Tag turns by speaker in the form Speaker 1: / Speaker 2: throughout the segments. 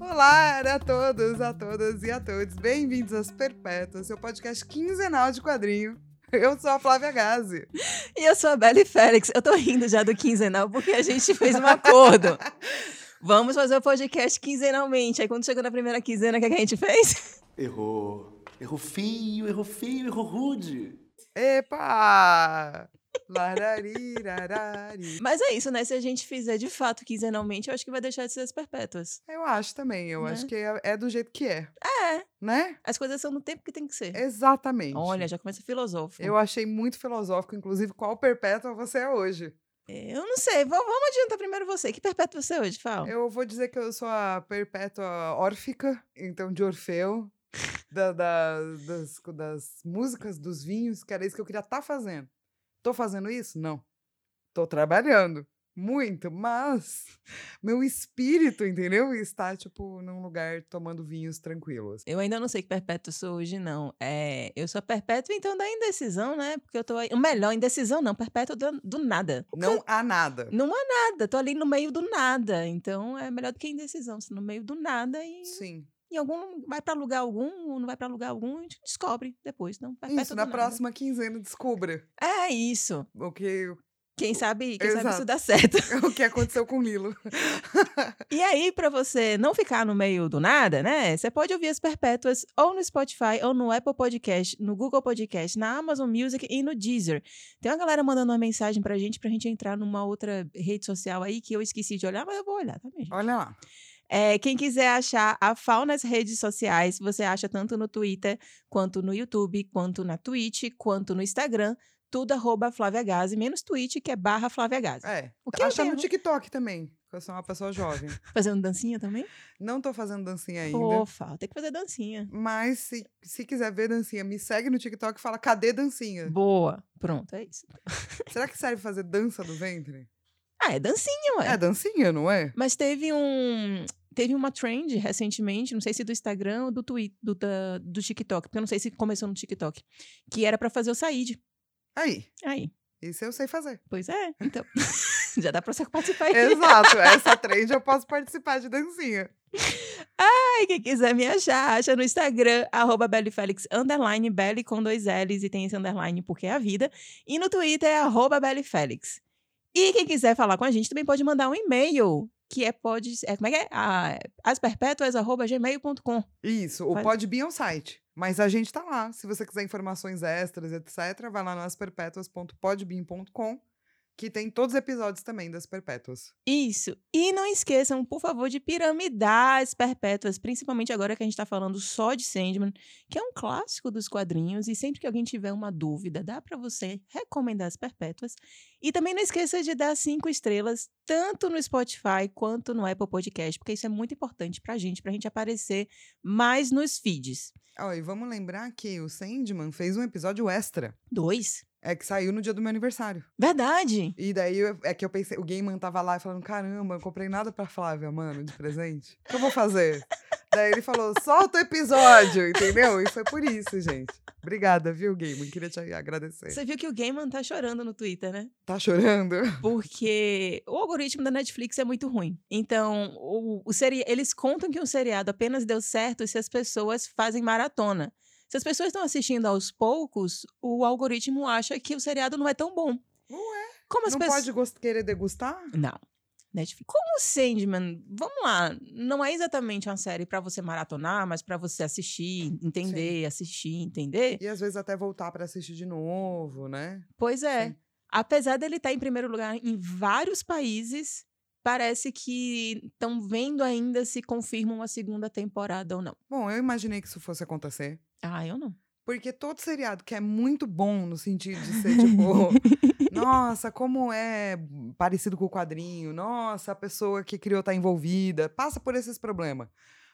Speaker 1: Olá né, a todos, a todas e a todos. Bem-vindos às Perpétuas, seu podcast quinzenal de quadrinho. Eu sou a Flávia Gazi.
Speaker 2: E eu sou a Belle Félix. Eu tô rindo já do quinzenal porque a gente fez um acordo. Vamos fazer o podcast quinzenalmente. Aí quando chegou na primeira quinzena, o que, é que a gente fez?
Speaker 3: Errou. Errou feio, errou feio, errou rude.
Speaker 1: Epa! Lararirarari.
Speaker 2: Mas é isso, né? Se a gente fizer de fato quinzenalmente, eu acho que vai deixar de ser as perpétuas.
Speaker 1: Eu acho também, eu
Speaker 2: Né?
Speaker 1: acho que é, é do jeito que é,
Speaker 2: É,
Speaker 1: né?
Speaker 2: as coisas são no tempo que tem que ser.
Speaker 1: Exatamente.
Speaker 2: Olha, já começa filosófico.
Speaker 1: Eu achei muito filosófico, inclusive, qual perpétua você é hoje.
Speaker 2: Eu não sei, va- vamos adiantar primeiro você. Que perpétua você é hoje, fala.
Speaker 1: Eu vou dizer que eu sou a perpétua órfica, então de Orfeu, da- da- das, das músicas, dos vinhos, que era isso que eu queria estar fazendo. Tô fazendo isso? Não. Tô trabalhando. Muito, mas meu espírito, entendeu? Está, tipo, num lugar tomando vinhos tranquilos.
Speaker 2: Eu ainda não sei que perpétua eu sou hoje, não. É, eu sou perpétua, então da indecisão, né? Porque eu tô aí. Melhor, indecisão não, perpétua do, do nada.
Speaker 1: Não há nada.
Speaker 2: Não há nada, tô ali no meio do nada. Então é melhor do que indecisão. Se no meio do nada e
Speaker 1: Sim.
Speaker 2: em algum vai pra lugar algum, ou não vai pra lugar algum, a gente descobre depois, não? Perpétua
Speaker 1: Isso,
Speaker 2: do
Speaker 1: na
Speaker 2: nada.
Speaker 1: próxima quinzena descubra
Speaker 2: É isso.
Speaker 1: o que,
Speaker 2: Quem sabe, quem sabe
Speaker 1: Exato.
Speaker 2: isso dá certo.
Speaker 1: o que aconteceu com o Lilo.
Speaker 2: E aí, pra você não ficar no meio do nada, né? Você pode ouvir as Perpétuas ou no Spotify, ou no Apple Podcast, no Google Podcast, na Amazon Music e no Deezer. Tem uma galera mandando uma mensagem pra gente, pra gente entrar numa outra rede social aí que eu esqueci de olhar, mas eu vou olhar também. Gente.
Speaker 1: Olha lá.
Speaker 2: É, quem quiser achar a FAO nas redes sociais, você acha tanto no Twitter, quanto no YouTube, quanto na Twitch, quanto no Instagram, tudo arroba Flávia Gazi, menos Twitch, que é barra Flávia Gazi.
Speaker 1: É.
Speaker 2: O que eu
Speaker 1: Acha no
Speaker 2: tenho?
Speaker 1: TikTok também, que eu sou uma pessoa jovem.
Speaker 2: Fazendo dancinha também?
Speaker 1: Não tô fazendo dancinha ainda.
Speaker 2: Pô, FAO, tem que fazer dancinha.
Speaker 1: Mas se, se quiser ver dancinha, me segue no TikTok e fala, cadê dancinha?
Speaker 2: Boa. Pronto, é isso.
Speaker 1: Será que serve fazer dança do ventre?
Speaker 2: Ah, é dancinha, ué.
Speaker 1: É dancinha, não é?
Speaker 2: Mas teve um. Teve uma trend recentemente, não sei se do Instagram ou do Twitter, do, da- do TikTok, porque eu não sei se começou no TikTok, que era pra fazer o Said.
Speaker 1: Aí,
Speaker 2: Aí,
Speaker 1: isso eu sei fazer.
Speaker 2: pois é, então. já dá pra você participar aí.
Speaker 1: Exato, essa trend eu posso participar de dancinha.
Speaker 2: Ai, quem quiser me achar, acha no Instagram, arroba BellyFelix, underline, Belly com dois L's, e tem esse underline porque é a vida. E no Twitter é arroba BellyFelix. E quem quiser falar com a gente também pode mandar um e-mail, que é pode... É, como é que é? Ah, asperpétuas, arroba gmail.com.
Speaker 1: Isso, o
Speaker 2: Faz-
Speaker 1: Podbean é um site, mas a gente tá lá. Se você quiser informações extras, etc, vai lá no asperpetuas.podbean.com, que tem todos os episódios também das Perpétuas.
Speaker 2: Isso. E não esqueçam, por favor, de piramidar as perpétuas, principalmente agora que a gente está falando só de Sandman, que é um clássico dos quadrinhos. E sempre que alguém tiver uma dúvida, dá para você recomendar as perpétuas. E também não esqueça de dar cinco estrelas, tanto no Spotify quanto no Apple Podcast, porque isso é muito importante para a gente, para a gente aparecer mais nos feeds.
Speaker 1: Ó, e vamos lembrar que o Sandman fez um episódio extra,
Speaker 2: Dois.
Speaker 1: é que saiu no dia do meu aniversário.
Speaker 2: Verdade.
Speaker 1: E daí eu- é que eu pensei, o Gaiman tava lá falando: caramba, eu não comprei nada pra Flávia, mano, de presente. O que eu vou fazer? daí ele falou: solta o episódio, entendeu? E foi por isso, gente. Obrigada, viu, Gaiman? Queria te agradecer.
Speaker 2: Você viu que o Gaiman tá chorando no Twitter, né?
Speaker 1: Tá chorando?
Speaker 2: porque o algoritmo da Netflix é muito ruim. Então, o, o seri- eles contam que um seriado apenas deu certo se as pessoas fazem maratona. Se as pessoas estão assistindo aos poucos, o algoritmo acha que o seriado não é tão bom.
Speaker 1: Ué,
Speaker 2: Como as
Speaker 1: não
Speaker 2: pessoas.
Speaker 1: pode gos- querer degustar?
Speaker 2: Não. Netflix. Como o Sandman, vamos lá, não é exatamente uma série pra você maratonar, mas pra você assistir, entender, assistir, entender.
Speaker 1: E às vezes até voltar pra assistir de novo, né?
Speaker 2: Pois é.
Speaker 1: Sim.
Speaker 2: Apesar dele estar em primeiro lugar em vários países, parece que estão vendo ainda se confirma uma segunda temporada ou não.
Speaker 1: Bom, eu imaginei que isso fosse acontecer.
Speaker 2: Ah, eu não.
Speaker 1: Porque todo seriado que é muito bom no sentido de ser tipo, nossa, como é parecido com o quadrinho, nossa, a pessoa que criou tá envolvida, passa por esses problemas.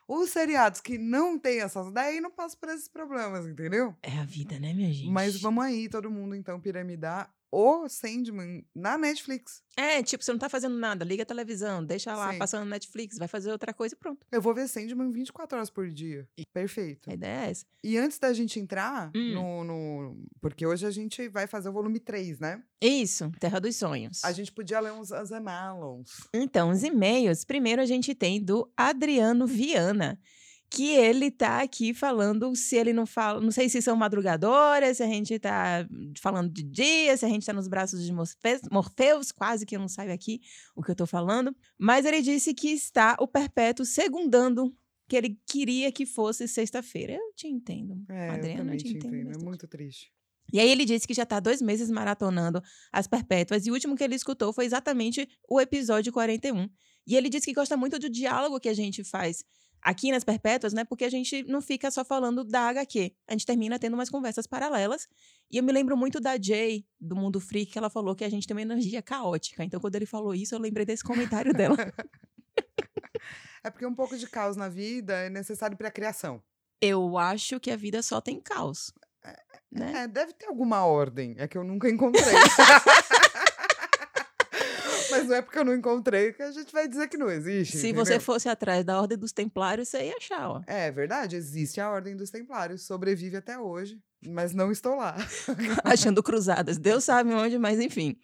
Speaker 1: Os seriados que não tem essas daí não passa por esses problemas, entendeu?
Speaker 2: É a vida, né, minha gente?
Speaker 1: Mas vamos aí, todo mundo então piramidar o Sandman na Netflix.
Speaker 2: É, tipo, você não tá fazendo nada, liga a televisão, deixa lá,
Speaker 1: Sim.
Speaker 2: passando Netflix, vai fazer outra coisa e pronto.
Speaker 1: Eu vou ver Sandman 24 horas por dia. Perfeito.
Speaker 2: A ideia é essa.
Speaker 1: E antes da gente entrar
Speaker 2: Hum.
Speaker 1: no, no- Porque hoje a gente vai fazer o volume 3, né?
Speaker 2: Isso, Terra dos Sonhos.
Speaker 1: A gente podia ler uns as análons.
Speaker 2: Então, os e-mails, primeiro a gente tem do Adriano Viana, que ele tá aqui falando se ele não fala, não sei se são madrugadoras, se a gente tá falando de dia, se a gente tá nos braços de Morfe- Morpheus, quase que eu não saio aqui o que eu tô falando, mas ele disse que está o perpétuo segundando que ele queria que fosse sexta-feira. Eu te entendo.
Speaker 1: É, eu
Speaker 2: Adriano,
Speaker 1: também
Speaker 2: eu te
Speaker 1: te
Speaker 2: entendo
Speaker 1: entendo. É
Speaker 2: bastante.
Speaker 1: muito triste.
Speaker 2: E aí ele disse que já tá dois meses maratonando as perpétuas e o último que ele escutou foi exatamente o episódio 41. E ele disse que gosta muito do diálogo que a gente faz aqui nas perpétuas, né? Porque a gente não fica só falando da HQ. A gente termina tendo umas conversas paralelas. E eu me lembro muito da Jay, do Mundo Freak, que ela falou que a gente tem uma energia caótica. Então quando ele falou isso, eu lembrei desse comentário dela.
Speaker 1: É porque um pouco de caos na vida é necessário pra criação.
Speaker 2: eu acho que a vida só tem caos. Né?
Speaker 1: É, deve ter alguma ordem. É que eu nunca encontrei. Mas não é porque eu não encontrei que a gente vai dizer que não existe.
Speaker 2: Se você
Speaker 1: entendeu?
Speaker 2: fosse atrás da Ordem dos Templários, você ia achar, ó.
Speaker 1: É verdade, existe a Ordem dos Templários, sobrevive até hoje, mas não estou lá.
Speaker 2: achando cruzadas. Deus sabe onde, mas enfim.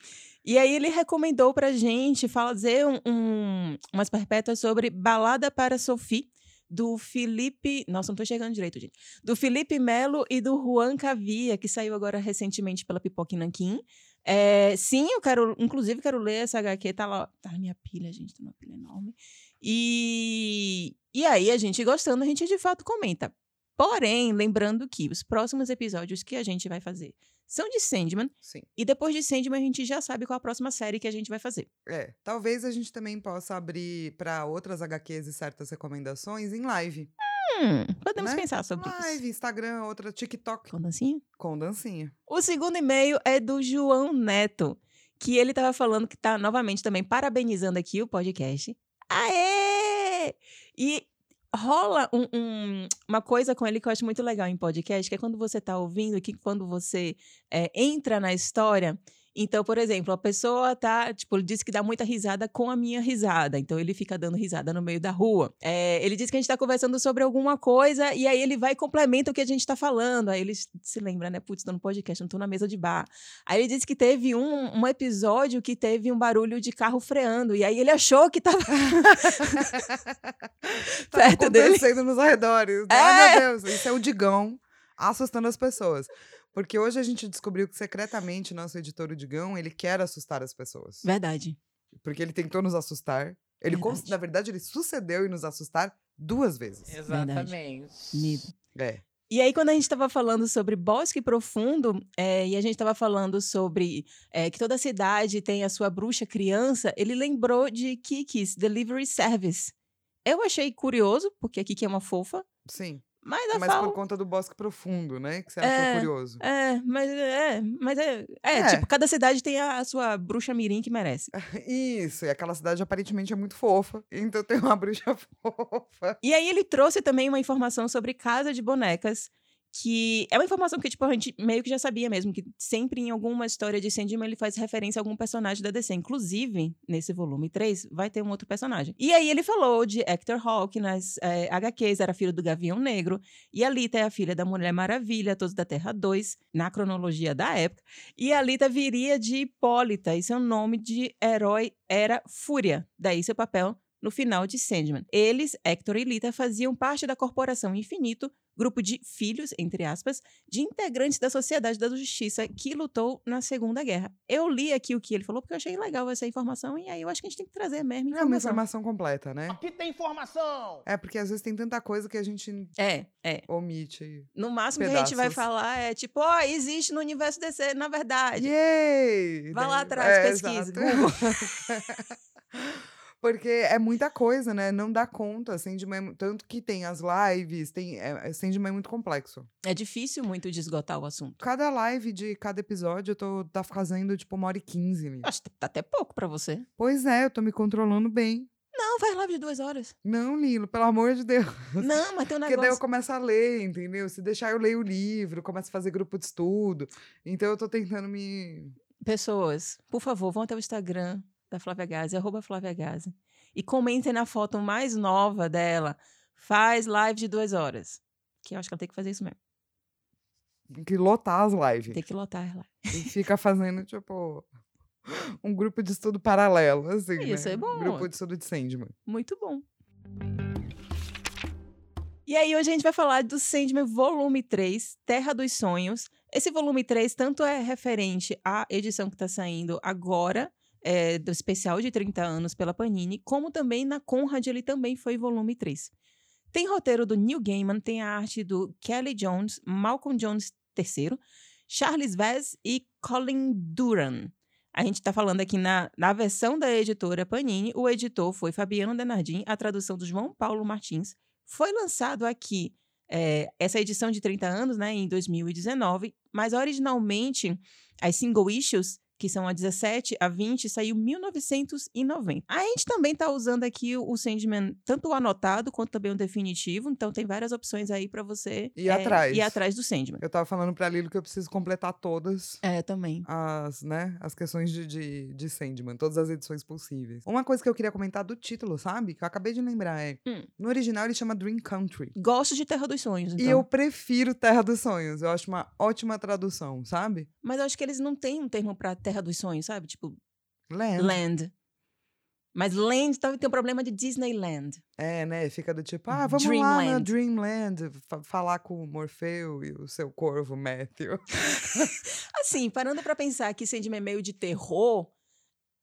Speaker 2: E aí ele recomendou pra gente fazer um, um- umas perpétuas sobre Balada para Sophie, do Felipe... Nossa, não tô chegando direito, gente. Do Felipe Melo e do Juan Cavia, que saiu agora recentemente pela Pipoca e Nanquim. É, sim, eu quero... Inclusive, quero ler essa HQ. Tá lá... Tá na minha pilha, gente. Tá numa pilha enorme. E... E aí, a gente gostando, a gente de fato comenta. Porém, lembrando que os próximos episódios que a gente vai fazer são de Sandman.
Speaker 1: Sim.
Speaker 2: E depois de Sandman, a gente já sabe qual a próxima série que a gente vai fazer.
Speaker 1: É, talvez a gente também possa abrir para outras HQs e certas recomendações em live.
Speaker 2: Hum, podemos
Speaker 1: Né?
Speaker 2: pensar sobre isso.
Speaker 1: Live, Instagram, outra TikTok
Speaker 2: Com dancinha?
Speaker 1: com dancinha.
Speaker 2: O segundo e-mail é do João Neto, que ele estava falando que está novamente também parabenizando aqui o podcast. Aê! E rola um- um- uma coisa com ele que eu acho muito legal em podcast, que é quando você está ouvindo, que quando você é, entra na história. Então, por exemplo, a pessoa tá, tipo, ele disse que dá muita risada com a minha risada. Então, ele fica dando risada no meio da rua. É, ele diz que a gente tá conversando sobre alguma coisa e aí ele vai e complementa o que a gente tá falando. Aí ele se lembra, né? Putz, tô no podcast, não tô na mesa de bar. Aí ele disse que teve um, um episódio que teve um barulho de carro freando. E aí ele achou que tava
Speaker 1: Tava
Speaker 2: Perto dele.
Speaker 1: tá acontecendo nos arredores. Ai, meu Deus, isso é o Digão assustando as pessoas. Porque hoje a gente descobriu que secretamente nosso editor, o Digão, ele quer assustar as pessoas.
Speaker 2: Verdade.
Speaker 1: Porque ele tentou nos assustar. Ele, cons-
Speaker 2: Verdade.
Speaker 1: na verdade, ele sucedeu em nos assustar duas vezes.
Speaker 2: Exatamente.
Speaker 1: É.
Speaker 2: E aí, quando a gente estava falando sobre Bosque Profundo, eh, e a gente estava falando sobre eh, que toda cidade tem a sua bruxa criança, ele lembrou de Kiki's Delivery Service. Eu achei curioso, porque a Kiki é uma fofa,
Speaker 1: Sim.
Speaker 2: mas a
Speaker 1: Mas
Speaker 2: fala...
Speaker 1: É por conta do bosque profundo, né? Que você achou
Speaker 2: É.
Speaker 1: curioso.
Speaker 2: É, mas é, mas é, é,
Speaker 1: É.
Speaker 2: tipo, cada cidade tem a, a sua bruxa mirim que merece.
Speaker 1: Isso, e aquela cidade aparentemente é muito fofa. Então tem uma bruxa fofa.
Speaker 2: E aí ele trouxe também uma informação sobre Casa de Bonecas, que é uma informação que, tipo, a gente meio que já sabia mesmo, que sempre em alguma história de Sandman ele faz referência a algum personagem da DC. Inclusive, nesse volume 3, vai ter um outro personagem. E aí ele falou de Hector Hawk nas eh, HQs, era filho do Gavião Negro, e a Lita é a filha da Mulher Maravilha, todos da Terra 2, na cronologia da época. E a Lita viria de Hipólita, e seu nome de herói era Fúria, daí seu papel no final de Sandman. Eles, Hector e Lita, faziam parte da Corporação Infinito, grupo de filhos, entre aspas, de integrantes da Sociedade da Justiça que lutou na Segunda Guerra. Eu li aqui o que ele falou porque eu achei legal essa informação e aí eu acho que a gente tem que trazer mesmo
Speaker 1: É uma
Speaker 2: informação.
Speaker 1: informação completa, né?
Speaker 3: Aqui tem informação!
Speaker 1: É, porque às vezes tem tanta coisa que a gente
Speaker 2: É, é.
Speaker 1: omite. aí.
Speaker 2: No máximo que a gente vai
Speaker 1: Pedaços.
Speaker 2: falar é tipo, ó, existe no universo DC, na verdade.
Speaker 1: Yay!
Speaker 2: Vai lá
Speaker 1: Daí-
Speaker 2: atrás, pesquisa,
Speaker 1: é, exato. Porque é muita coisa, né? Não dá conta. Sandman, é mu- tanto que tem as lives, tem, é, é- Sandman é muito complexo.
Speaker 2: É difícil muito de esgotar o assunto.
Speaker 1: Cada live de cada episódio eu tô tá fazendo tipo uma hora e quinze. minha.
Speaker 2: Acho que tá até pouco pra você.
Speaker 1: Pois é, eu tô me controlando bem.
Speaker 2: Não, faz live de duas horas.
Speaker 1: Não, Lilo, pelo amor de Deus.
Speaker 2: Não, mas tem um
Speaker 1: Porque daí eu
Speaker 2: negócio.
Speaker 1: começo a ler, entendeu? Se deixar, eu leio o livro, começo a fazer grupo de estudo. Então eu tô tentando me,
Speaker 2: Pessoas, por favor, vão até o Instagram da Flávia Gazi, arroba Flávia Gazi, e comentem na foto mais nova dela. Faz live de duas horas. Que eu acho que ela tem que fazer isso mesmo.
Speaker 1: Tem que lotar as lives.
Speaker 2: Tem que lotar ela.
Speaker 1: E fica fazendo, tipo, um grupo de estudo paralelo, assim,
Speaker 2: Isso
Speaker 1: né?
Speaker 2: é bom.
Speaker 1: Um grupo de estudo de Sandman.
Speaker 2: Muito bom. E aí, hoje a gente vai falar do Sandman Volume 3, Terra dos Sonhos. Esse volume 3 tanto é referente à edição que está saindo agora, é, do especial de 30 anos pela Panini, como também na Conrad ele também foi volume 3. Tem roteiro do Neil Gaiman, tem a arte do Kelly Jones, Malcolm Jones III, Charles Vaz e Colin Duran. A gente está falando aqui na, na versão da editora Panini, o editor foi Fabiano Denardim, a tradução do João Paulo Martins. Foi lançado aqui eh, essa edição de 30 anos, né, em 2019, mas originalmente as single issues, que são a 17, a 20, saiu em 1990. A gente também está usando aqui o Sandman, tanto o anotado quanto também o definitivo, então tem várias opções aí para você
Speaker 1: Ir
Speaker 2: eh,
Speaker 1: atrás.
Speaker 2: ir atrás do Sandman.
Speaker 1: Eu tava falando pra Lilo que eu preciso completar todas
Speaker 2: É, também.
Speaker 1: as, né, as questões de, de, de Sandman, todas as edições possíveis. Uma coisa que eu queria comentar do título, sabe? Que eu acabei de lembrar é.
Speaker 2: Hum.
Speaker 1: No original ele chama Dream Country.
Speaker 2: Gosto de Terra dos Sonhos, então.
Speaker 1: E eu prefiro Terra dos Sonhos. Eu acho uma ótima tradução, sabe?
Speaker 2: Mas eu acho que eles não têm um termo pra terra dos sonhos, sabe? Tipo,
Speaker 1: Land.
Speaker 2: land. Mas land tá- tem um problema de Disneyland.
Speaker 1: É, né? Fica do tipo, ah, vamos lá na
Speaker 2: Dreamland.
Speaker 1: Dreamland fa- falar com o Morfeu e o seu corvo Matthew.
Speaker 2: Assim, parando pra pensar que Sandman é meio de terror,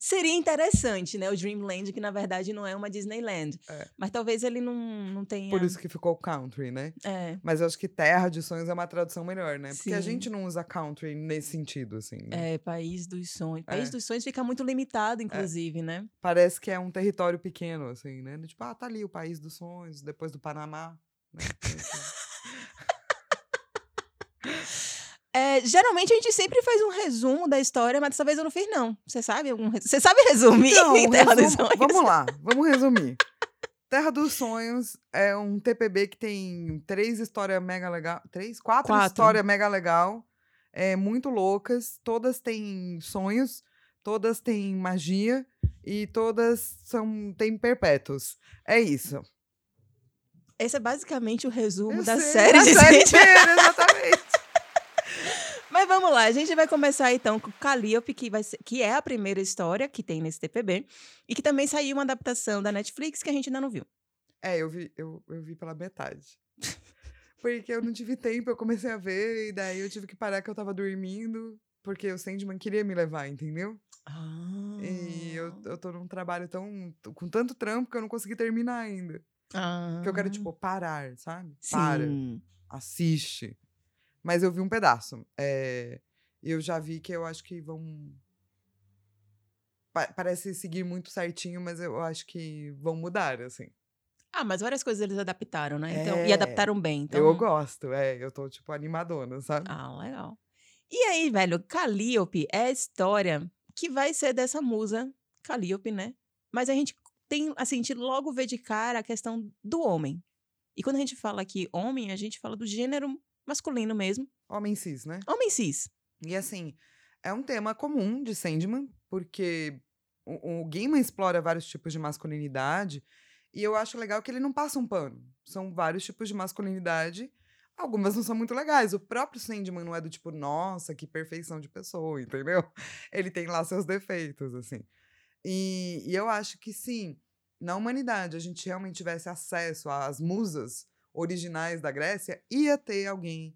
Speaker 2: seria interessante, né? O Dreamland, que na verdade não é uma Disneyland.
Speaker 1: É.
Speaker 2: Mas talvez ele não, não tenha...
Speaker 1: Por isso que ficou country, né?
Speaker 2: É.
Speaker 1: Mas eu acho que terra de sonhos é uma tradução melhor, né? Porque a
Speaker 2: Sim.
Speaker 1: gente não usa country nesse sentido, assim. né?
Speaker 2: É, País dos Sonhos.
Speaker 1: É.
Speaker 2: País dos Sonhos fica muito limitado, inclusive, né?
Speaker 1: Parece que é um território pequeno, assim, né? Tipo, ah, tá ali o país dos sonhos, depois do Panamá. né?
Speaker 2: É, geralmente a gente sempre faz um resumo da história, mas dessa vez eu não fiz, não. Você sabe algum res- Você sabe resumir
Speaker 1: Então,
Speaker 2: em Terra dos
Speaker 1: resumo-
Speaker 2: Sonhos?
Speaker 1: Vamos lá, vamos resumir. Terra dos Sonhos é um TPB que tem três histórias mega legal, três, quatro,
Speaker 2: Quatro.
Speaker 1: histórias mega legal, é muito loucas, todas têm sonhos, todas têm magia e todas são têm perpétuos. É isso.
Speaker 2: Esse é basicamente o resumo
Speaker 1: Eu
Speaker 2: da
Speaker 1: sei,
Speaker 2: série
Speaker 1: da
Speaker 2: de
Speaker 1: série
Speaker 2: Sandman.
Speaker 1: inteira, exatamente.
Speaker 2: Mas vamos lá, a gente vai começar então com Calliope, que, vai ser- que é a primeira história que tem nesse TPB, e que também saiu uma adaptação da Netflix que a gente ainda não viu.
Speaker 1: É, eu vi, eu, eu vi pela metade. Porque eu não tive tempo, eu comecei a ver, e daí eu tive que parar que eu tava dormindo, porque o Sandman queria me levar, entendeu?
Speaker 2: Ah.
Speaker 1: E eu, eu tô num trabalho tão. tô com tanto trampo que eu não consegui terminar ainda.
Speaker 2: Ah.
Speaker 1: Porque eu quero, tipo, parar, sabe? Para,
Speaker 2: Sim.
Speaker 1: assiste. Mas eu vi um pedaço. É, eu já vi que eu acho que vão. pa- parece seguir muito certinho, mas eu acho que vão mudar, assim.
Speaker 2: Ah, mas várias coisas eles adaptaram, né? Então, E
Speaker 1: É.
Speaker 2: adaptaram bem. Então...
Speaker 1: Eu gosto, é. Eu tô, tipo, animadona, sabe?
Speaker 2: Ah, legal. E aí, velho, Calliope é a história que vai ser dessa musa, Calliope, né? Mas a gente tem, assim, a gente logo vê de cara a questão do homem. E quando a gente fala aqui homem, a gente fala do gênero masculino mesmo,
Speaker 1: Homem cis, né?
Speaker 2: homem cis.
Speaker 1: E assim, é um tema comum de Sandman, porque o, o Gaiman explora vários tipos de masculinidade, e eu acho legal que ele não passa um pano. São vários tipos de masculinidade, algumas não são muito legais. O próprio Sandman não é do tipo, nossa, que perfeição de pessoa, entendeu? Ele tem lá seus defeitos, assim. E, e eu acho que sim, na humanidade a gente realmente tivesse acesso às musas originais da Grécia, ia ter alguém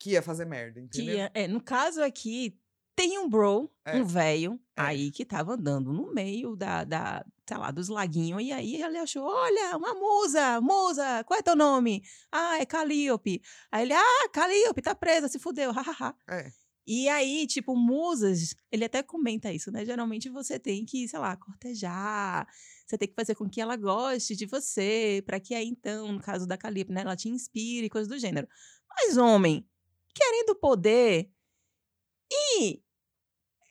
Speaker 1: que ia fazer merda,
Speaker 2: Que,
Speaker 1: entendeu?
Speaker 2: é, no caso aqui, tem um bro,
Speaker 1: É.
Speaker 2: um velho,
Speaker 1: É.
Speaker 2: aí que tava andando no meio da, da sei lá, dos laguinhos, e aí ele achou, olha, uma musa, musa, qual é teu nome? Ah, é Calíope. Aí ele, ah, Calíope, tá presa, se fudeu, hahaha.
Speaker 1: É.
Speaker 2: E aí, tipo, musas, ele até comenta isso, né? Geralmente você tem que, sei lá, cortejar, você tem que fazer com que ela goste de você, pra que aí então, no caso da Calíope, né, ela te inspire, coisas do gênero. Mas homem, querendo poder, e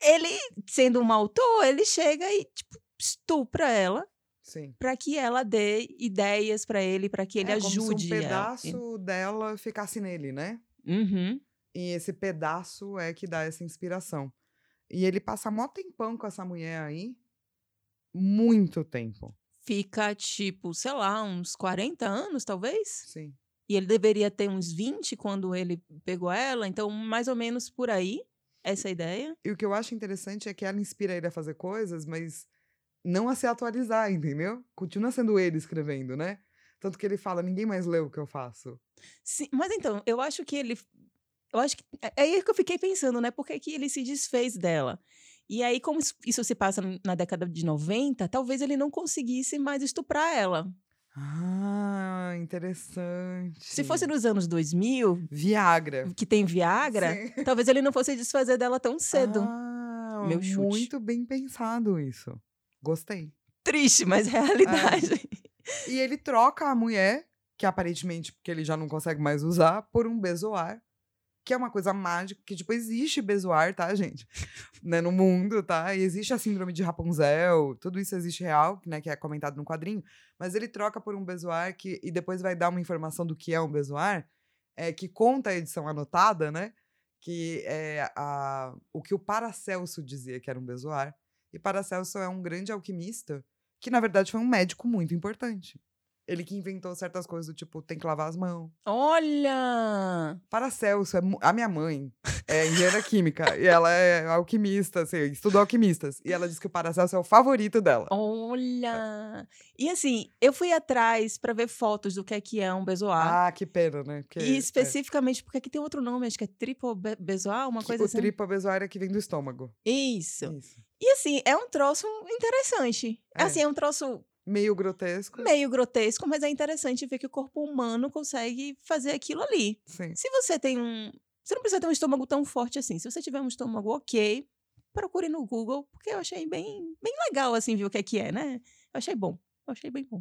Speaker 2: ele, sendo um autor, ele chega e, tipo, estupra ela
Speaker 1: Sim.
Speaker 2: pra que ela dê ideias pra ele, pra que ele
Speaker 1: É,
Speaker 2: ajude
Speaker 1: Como se um
Speaker 2: ela.
Speaker 1: pedaço dela ficasse nele, né?
Speaker 2: Uhum.
Speaker 1: E esse pedaço é que dá essa inspiração. E ele passa mó tempão com essa mulher aí. Muito tempo.
Speaker 2: Fica, tipo, sei lá, uns 40 anos, talvez?
Speaker 1: Sim.
Speaker 2: E ele deveria ter uns 20 quando ele pegou ela, então mais ou menos por aí, essa ideia.
Speaker 1: E o que eu acho interessante é que ela inspira ele a fazer coisas, mas não a se atualizar, entendeu? Continua sendo ele escrevendo, né? Tanto que ele fala, ninguém mais leu o que eu faço.
Speaker 2: Sim, mas então, eu acho que ele. Eu acho que. É é aí que eu fiquei pensando, né? Por que, que ele se desfez dela? E aí, como isso- isso se passa na década de 90, talvez ele não conseguisse mais estuprar ela.
Speaker 1: Ah, interessante.
Speaker 2: Se fosse nos anos 2000,
Speaker 1: Viagra.
Speaker 2: que tem Viagra,
Speaker 1: Sim.
Speaker 2: talvez ele não fosse desfazer dela tão cedo.
Speaker 1: Ah,
Speaker 2: Meu chute.
Speaker 1: Muito bem pensado isso. Gostei.
Speaker 2: Triste, mas realidade.
Speaker 1: E ele troca a mulher, que aparentemente porque ele já não consegue mais usar, por um bezoar. Que é uma coisa mágica, que tipo, existe bezoar, tá, gente? Né, no mundo, tá? E existe a síndrome de Rapunzel, tudo isso existe real, né? Que é comentado no quadrinho. Mas ele troca por um bezoar que, e depois vai dar uma informação do que é um bezoar, é, que conta a edição anotada, né? Que é a, o que o Paracelso dizia que era um bezoar. E Paracelso é um grande alquimista que na verdade foi um médico muito importante. Ele que inventou certas coisas do tipo, tem que lavar as mãos.
Speaker 2: Olha!
Speaker 1: Paracelso, é mu- a minha mãe é engenheira química e ela é alquimista, assim, estudou alquimistas. E ela disse que o Paracelso é o favorito dela.
Speaker 2: Olha! E assim, eu fui atrás pra ver fotos do que é que é um bezoar.
Speaker 1: Ah, que pena, né? Porque,
Speaker 2: e
Speaker 1: é,
Speaker 2: especificamente, porque aqui tem outro nome, acho que é tripo be- bezoar, uma
Speaker 1: que
Speaker 2: coisa
Speaker 1: o
Speaker 2: assim.
Speaker 1: tripa bezoária que vem do estômago.
Speaker 2: Isso.
Speaker 1: Isso.
Speaker 2: E assim, é um troço interessante.
Speaker 1: É.
Speaker 2: Assim, é um troço
Speaker 1: Meio grotesco.
Speaker 2: meio grotesco, mas é interessante ver que o corpo humano consegue fazer aquilo ali.
Speaker 1: Sim.
Speaker 2: Se você tem um. Você não precisa ter um estômago tão forte assim. Se você tiver um estômago ok, procure no Google, porque eu achei bem, bem legal, assim, ver o que é que é, né? Eu achei bom. Eu achei bem bom.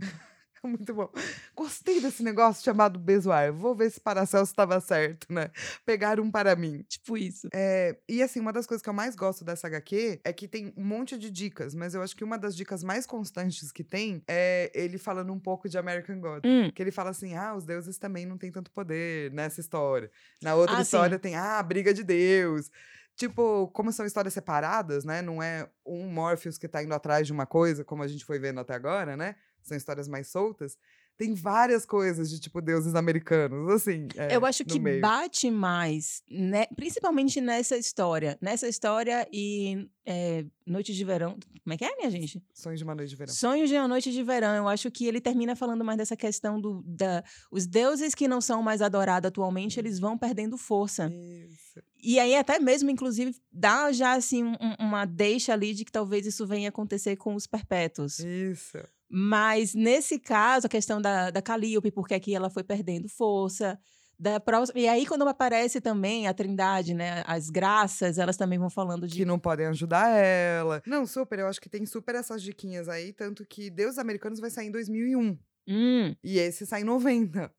Speaker 1: Muito bom. Gostei desse negócio chamado bezoar. Vou ver se Paracelso estava certo, né? Pegaram um para mim.
Speaker 2: tipo isso.
Speaker 1: É, e assim, uma das coisas que eu mais gosto dessa HQ é que tem um monte de dicas, mas eu acho que uma das dicas mais constantes que tem é ele falando um pouco de American God.
Speaker 2: Hum,
Speaker 1: Que ele fala assim: ah, os deuses também não têm tanto poder nessa história. Na outra
Speaker 2: Ah,
Speaker 1: história tem, ah, a briga de Deus. Tipo, como são histórias separadas, né? Não é um Morpheus que tá indo atrás de uma coisa, como a gente foi vendo até agora, né? São histórias mais soltas. Tem várias coisas de, tipo, deuses americanos, assim. é,
Speaker 2: eu acho
Speaker 1: no
Speaker 2: que
Speaker 1: meio.
Speaker 2: bate mais, né? principalmente nessa história. Nessa história e é, Noite de Verão. Como é que é, minha gente?
Speaker 1: Sonhos de uma noite de verão.
Speaker 2: Sonhos de uma noite de verão. Eu acho que ele termina falando mais dessa questão do da, os deuses que não são mais adorados atualmente,
Speaker 1: Uhum.
Speaker 2: eles vão perdendo força.
Speaker 1: Isso.
Speaker 2: E aí até mesmo, inclusive, dá já assim um- um- uma deixa ali de que talvez isso venha acontecer com os perpétuos.
Speaker 1: É. Isso.
Speaker 2: Mas nesse caso, a questão da, da Calíope, porque aqui ela foi perdendo força. Da próxima... E aí, quando aparece também a Trindade, né? As graças, elas também vão falando de.
Speaker 1: que não podem ajudar ela. Não, super, eu acho que tem super essas diquinhas aí, tanto que Deus Americanos vai sair em 2001
Speaker 2: Hum,
Speaker 1: e esse sai em 90.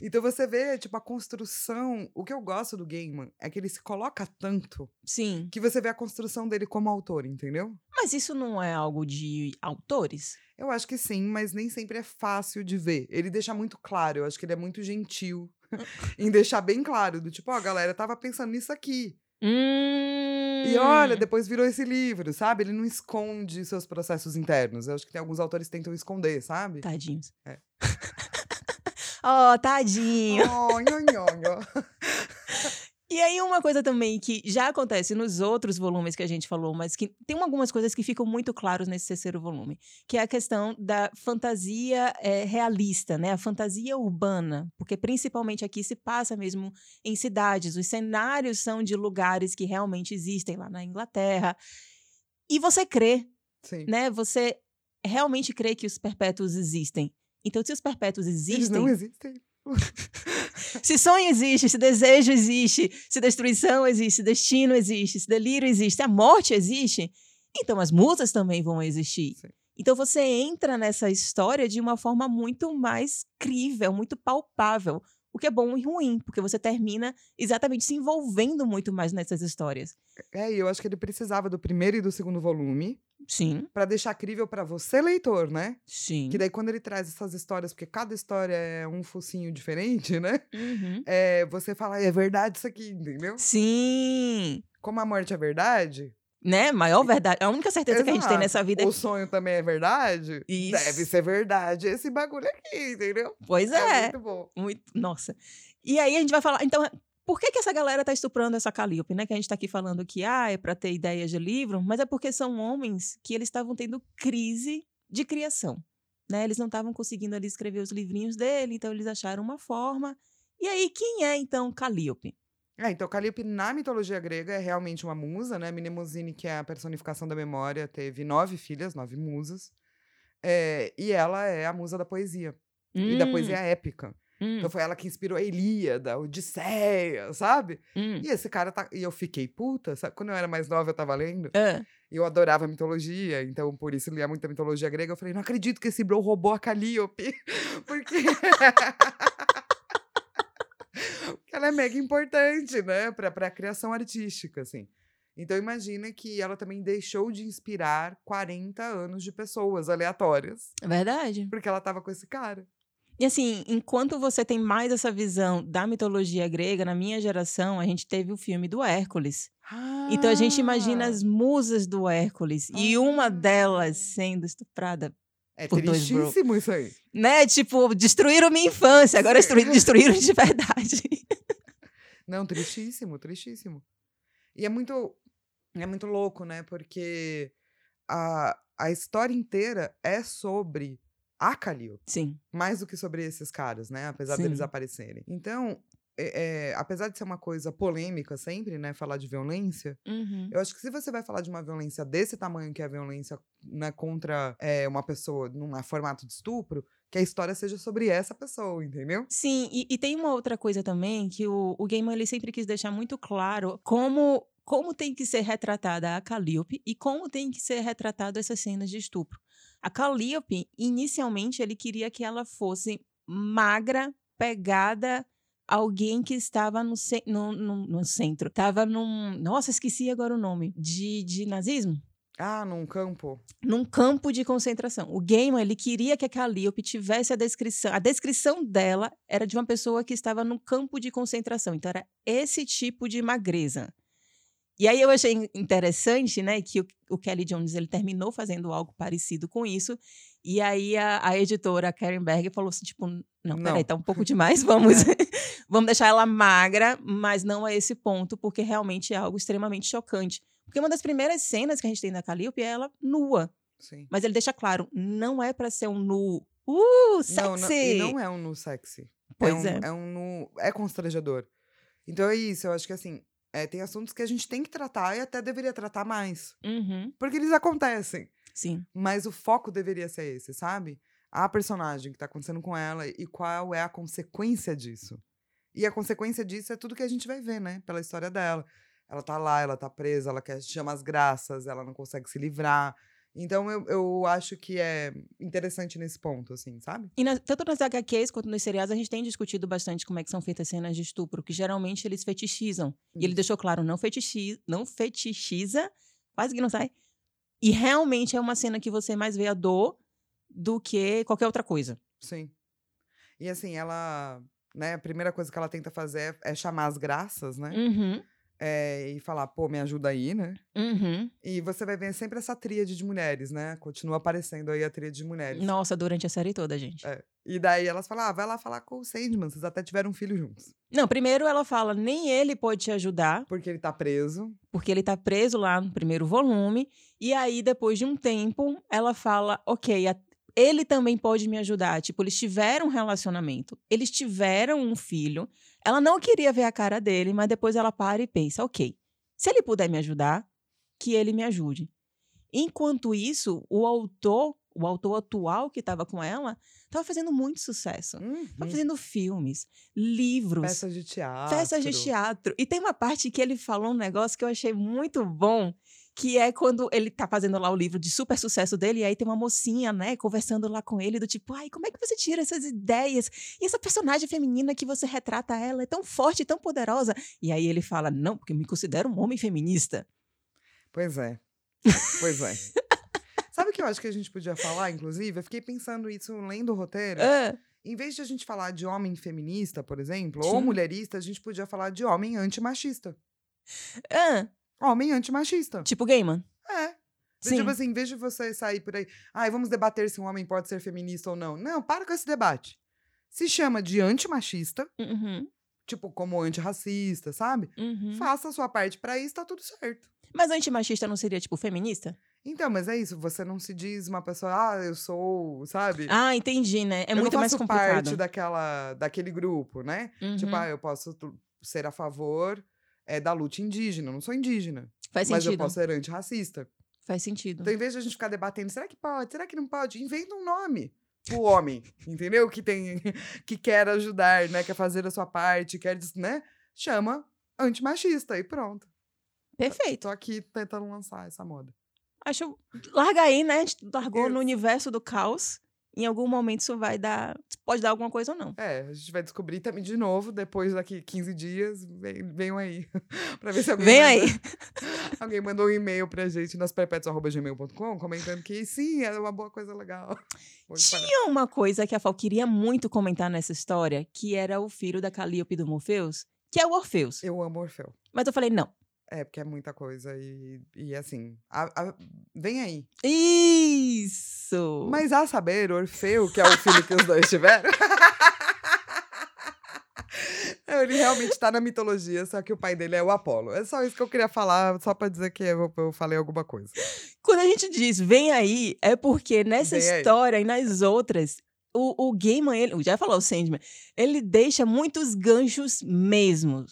Speaker 1: então você vê, tipo, a construção, o que eu gosto do Gaiman é que ele se coloca tanto
Speaker 2: sim.
Speaker 1: que você vê a construção dele como autor, entendeu?
Speaker 2: Mas isso não é algo de autores?
Speaker 1: Eu acho que sim, mas nem sempre é fácil de ver. Ele deixa muito claro, eu acho que ele é muito gentil em deixar bem claro, do tipo, ó, galera, tava pensando nisso aqui.
Speaker 2: Hum.
Speaker 1: E olha, depois virou esse livro, sabe? Ele não esconde seus processos internos. Eu acho que tem alguns autores que tentam esconder, sabe?
Speaker 2: Tadinhos.
Speaker 1: É.
Speaker 2: oh, tadinho.
Speaker 1: Oh, nho, nho, nho.
Speaker 2: E aí, uma coisa também que já acontece nos outros volumes que a gente falou, mas que tem algumas coisas que ficam muito claras nesse terceiro volume, que é a questão da fantasia eh, realista, né? A fantasia urbana, porque principalmente aqui se passa mesmo em cidades. Os cenários são de lugares que realmente existem lá na Inglaterra. E você crê
Speaker 1: Sim.
Speaker 2: né? Você realmente crê que os perpétuos existem. Então, se os perpétuos
Speaker 1: Eles não
Speaker 2: existem,
Speaker 1: existem.
Speaker 2: se sonho existe, se desejo existe, se destruição existe, se destino existe, se delírio existe, se a morte existe, então as musas também vão existir.
Speaker 1: Sim.
Speaker 2: Então você entra nessa história de uma forma muito mais crível, muito palpável, o que é bom e ruim, porque você termina exatamente se envolvendo muito mais nessas histórias.
Speaker 1: É, e eu acho que ele precisava do primeiro e do segundo volume
Speaker 2: Sim,
Speaker 1: pra deixar crível pra você, leitor, né?
Speaker 2: sim.
Speaker 1: Que daí quando ele traz essas histórias, porque cada história é um focinho diferente, né?
Speaker 2: Uhum.
Speaker 1: "Ah, É, você fala, é verdade isso aqui, entendeu?
Speaker 2: Sim.
Speaker 1: Como a morte é verdade,
Speaker 2: né? Maior verdade. A única certeza que a gente tem
Speaker 1: Exato.
Speaker 2: nessa vida é.
Speaker 1: O sonho também é verdade?
Speaker 2: Isso.
Speaker 1: Deve ser verdade esse bagulho aqui, entendeu?
Speaker 2: Pois é.
Speaker 1: muito bom.
Speaker 2: Muito- nossa. E aí a gente vai falar, então, por que, que essa galera tá estuprando essa Calíope, né? Que a gente tá aqui falando que, ah, é pra ter ideias de livro, mas é porque são homens que eles estavam tendo crise de criação, né? Eles não estavam conseguindo ali escrever os livrinhos dele, então eles acharam uma forma. E aí, quem é, então, Calíope?
Speaker 1: É, então Calíope na mitologia grega é realmente uma musa, né? Mnemosyne, que é a personificação da memória, teve nove filhas, nove musas. É, e ela é a musa da poesia e da
Speaker 2: Hum,
Speaker 1: poesia épica.
Speaker 2: hum,
Speaker 1: Então foi ela que inspirou a Ilíada, a Odisseia, sabe?
Speaker 2: hum.
Speaker 1: E esse cara tá. E eu fiquei puta, sabe? Quando eu era mais nova, eu tava lendo.
Speaker 2: Ah,
Speaker 1: E eu adorava mitologia, então por isso lia muita mitologia grega. Eu falei, não acredito que esse bro roubou a Calliope. Porque. Porque ela é mega importante, né? Pra, pra criação artística, assim. Então imagina que ela também deixou de inspirar 40 anos de pessoas aleatórias.
Speaker 2: é verdade.
Speaker 1: Porque ela tava com esse cara.
Speaker 2: E assim, enquanto você tem mais essa visão da mitologia grega, na minha geração, a gente teve o filme do Hércules. Então a gente imagina
Speaker 1: Ah!
Speaker 2: as musas do Hércules e uma
Speaker 1: Ah.
Speaker 2: delas sendo estuprada.
Speaker 1: É
Speaker 2: por dois bro.
Speaker 1: tristíssimo isso aí.
Speaker 2: Né? Tipo, destruíram minha infância, agora destrui- destruíram de verdade.
Speaker 1: Não, tristíssimo, tristíssimo. E é muito, é muito louco, né? Porque a, a história inteira é sobre a Calil,
Speaker 2: Sim.
Speaker 1: mais do que sobre esses caras, né? Apesar deles
Speaker 2: Sim.
Speaker 1: aparecerem. Então, é- é, apesar de ser uma coisa polêmica sempre, né? Falar de violência, eu acho que se você vai falar de uma violência desse tamanho, que é a violência né, contra é, uma pessoa num formato de estupro, que a história seja sobre essa pessoa, entendeu?
Speaker 2: Sim, e, e tem uma outra coisa também que o, o Gaiman ele sempre quis deixar muito claro como, como tem que ser retratada a Calliope e como tem que ser retratado essas cenas de estupro. A Calliope, inicialmente, ele queria que ela fosse magra, pegada, alguém que estava no, ce- no, no- no centro. Estava num. Nossa, esqueci agora o nome. De, de nazismo?
Speaker 1: Ah, num campo.
Speaker 2: num campo de concentração. O Gaiman, ele queria que a Calliope tivesse a descrição. A descrição dela era de uma pessoa que estava num campo de concentração. Então, era esse tipo de magreza. E aí eu achei in- interessante, né, que o, o Kelly Jones, ele terminou fazendo algo parecido com isso. E aí a, a editora Karen Berg falou assim, tipo, não,
Speaker 1: Não.
Speaker 2: peraí, tá um pouco demais, vamos, vamos deixar ela magra, mas não a esse ponto, porque realmente é algo extremamente chocante. Porque uma das primeiras cenas que a gente tem da Calliope é ela nua.
Speaker 1: Sim.
Speaker 2: Mas ele deixa claro, não é pra ser um nu. Uh, sexy!
Speaker 1: Não, não, e não é um nu sexy.
Speaker 2: Pois
Speaker 1: é. Um,
Speaker 2: é.
Speaker 1: é um nu. É constrangedor. Então é isso, eu acho que assim. é, tem assuntos que a gente tem que tratar e até deveria tratar mais.
Speaker 2: Uhum,
Speaker 1: Porque eles acontecem.
Speaker 2: Sim.
Speaker 1: Mas o foco deveria ser esse, sabe? A personagem que tá acontecendo com ela e qual é a consequência disso. E a consequência disso é tudo que a gente vai ver, né? Pela história dela. Ela tá lá, ela tá presa, ela quer chamar as graças, ela não consegue se livrar. Então eu, eu acho que é interessante nesse ponto, assim, sabe?
Speaker 2: E na- tanto nas HQs quanto nos seriados, a gente tem discutido bastante como é que são feitas cenas de estupro, que geralmente eles fetichizam. E ele
Speaker 1: Isso.
Speaker 2: deixou claro, não, fetichi, não fetichiza, quase que não sai. E realmente é uma cena que você mais vê a dor do que qualquer outra coisa.
Speaker 1: Sim. E assim, ela. Né, a primeira coisa que ela tenta fazer é é chamar as graças, né?
Speaker 2: Uhum,
Speaker 1: É, e falar, pô, me ajuda aí, né?
Speaker 2: uhum.
Speaker 1: E você vai ver sempre essa tríade de mulheres, né? Continua aparecendo aí a tríade de mulheres.
Speaker 2: Nossa, durante a série toda, gente.
Speaker 1: E daí elas falam, ah, vai lá falar com o Sandman, vocês até tiveram um filho juntos.
Speaker 2: Não, primeiro ela fala, nem ele pode te ajudar,
Speaker 1: Porque ele tá preso.
Speaker 2: porque ele tá preso lá no primeiro volume. E aí, depois de um tempo, ela fala: ok, a- ele também pode me ajudar. Tipo, eles tiveram um relacionamento, eles tiveram um filho. Ela não queria ver a cara dele, mas depois ela para e pensa: ok, se ele puder me ajudar, que ele me ajude. Enquanto isso, o autor, o autor atual que estava com ela, estava fazendo muito sucesso. Tava
Speaker 1: Uhum.
Speaker 2: fazendo filmes, livros
Speaker 1: Peças de teatro.
Speaker 2: festas de teatro. E tem uma parte que ele falou um negócio que eu achei muito bom, que é quando ele tá fazendo lá o livro de super sucesso dele, e aí tem uma mocinha, né, conversando lá com ele, do tipo, ai, como é que você tira essas ideias? E essa personagem feminina que você retrata ela é tão forte, tão poderosa. E aí ele fala, não, porque eu me considero um homem feminista.
Speaker 1: Pois é. Pois é. Sabe o que eu acho que a gente podia falar, inclusive? Eu fiquei pensando isso lendo o roteiro.
Speaker 2: Ah,
Speaker 1: em vez de a gente falar de homem feminista, por exemplo,
Speaker 2: Sim.
Speaker 1: ou mulherista, a gente podia falar de homem antimachista.
Speaker 2: ah,
Speaker 1: Homem antimachista.
Speaker 2: Tipo Gaiman.
Speaker 1: É.
Speaker 2: Sim.
Speaker 1: Tipo assim, em vez de você sair por aí, ai, vamos debater se um homem pode ser feminista ou não. Não, para com esse debate. Se chama de antimachista,
Speaker 2: Uhum,
Speaker 1: tipo como antirracista, sabe?
Speaker 2: uhum.
Speaker 1: Faça a sua parte pra isso, tá tudo certo.
Speaker 2: Mas antimachista não seria, tipo, feminista?
Speaker 1: Então, mas é isso, você não se diz uma pessoa, ah, eu sou, sabe?
Speaker 2: Ah, entendi, né? É
Speaker 1: eu
Speaker 2: muito
Speaker 1: não
Speaker 2: mais
Speaker 1: faço parte
Speaker 2: complicado.
Speaker 1: daquela, daquele grupo, né?
Speaker 2: Uhum.
Speaker 1: Tipo, ah, eu posso tu- ser a favor é, da luta indígena, eu não sou indígena,
Speaker 2: Faz
Speaker 1: mas eu
Speaker 2: sentido. Hum.
Speaker 1: posso ser antirracista.
Speaker 2: Faz sentido.
Speaker 1: Então, em vez de a gente ficar debatendo, será que pode, será que não pode? Inventa um nome pro homem, entendeu? Que tem, que quer ajudar, né? Quer fazer a sua parte, quer, dis- né? Chama antimachista e pronto.
Speaker 2: Perfeito.
Speaker 1: Tô aqui tentando lançar essa moda.
Speaker 2: Acho. Larga aí, né? A gente largou
Speaker 1: Isso.
Speaker 2: no universo do caos. Em algum momento isso vai dar. Pode dar alguma coisa ou não.
Speaker 1: É, a gente vai descobrir também de novo, depois daqui 15 dias, vem- venham aí, pra ver se alguém
Speaker 2: Vem aí.
Speaker 1: mandou- alguém mandou um e-mail pra gente nas perpétuas.gmail.com comentando que sim, era uma boa coisa legal. Vou espalhar.
Speaker 2: Tinha uma coisa que a Fal queria muito comentar nessa história, que era o filho da Calíope do Morpheus, que é o Orfeus.
Speaker 1: Eu amo Orfeu.
Speaker 2: Mas eu falei, não.
Speaker 1: É, porque é muita coisa e, e assim, a- a- vem aí.
Speaker 2: Isso!
Speaker 1: Mas a saber, Orfeu, que é o filho que os dois tiveram. Ele realmente tá na mitologia, só que o pai dele é o Apolo. É só isso que eu queria falar, só pra dizer que eu, eu falei alguma coisa.
Speaker 2: Quando a gente diz vem aí, é porque nessa
Speaker 1: Vem aí.
Speaker 2: história e nas outras, o, o Gaiman, ele, já falou o Sandman, ele deixa muitos ganchos mesmo.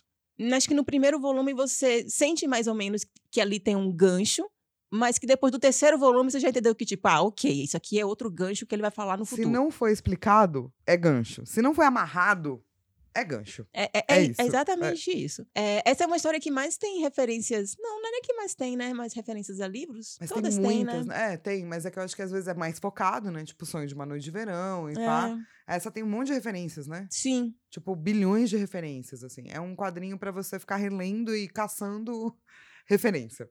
Speaker 2: Acho que no primeiro volume você sente mais ou menos que ali tem um gancho, mas que depois do terceiro volume você já entendeu que, tipo, ah, ok, isso aqui é outro gancho que ele vai falar no
Speaker 1: Se
Speaker 2: futuro.
Speaker 1: não foi explicado, é gancho. Se não foi amarrado, é gancho.
Speaker 2: É, é-
Speaker 1: É
Speaker 2: é- é
Speaker 1: isso,
Speaker 2: exatamente isso. É, essa é uma história que mais tem referências. Não, não é nem que mais tem, né? Mais referências a livros.
Speaker 1: Mas
Speaker 2: Todas
Speaker 1: tem
Speaker 2: têm,
Speaker 1: muitas,
Speaker 2: né?
Speaker 1: né? É, tem, mas é que eu acho que às vezes é mais focado, né? Tipo, sonho de uma noite de verão e pá.
Speaker 2: É,
Speaker 1: Essa tem um monte de referências, né?
Speaker 2: sim.
Speaker 1: Tipo, bilhões de referências, assim. É um quadrinho pra você ficar relendo e caçando referência.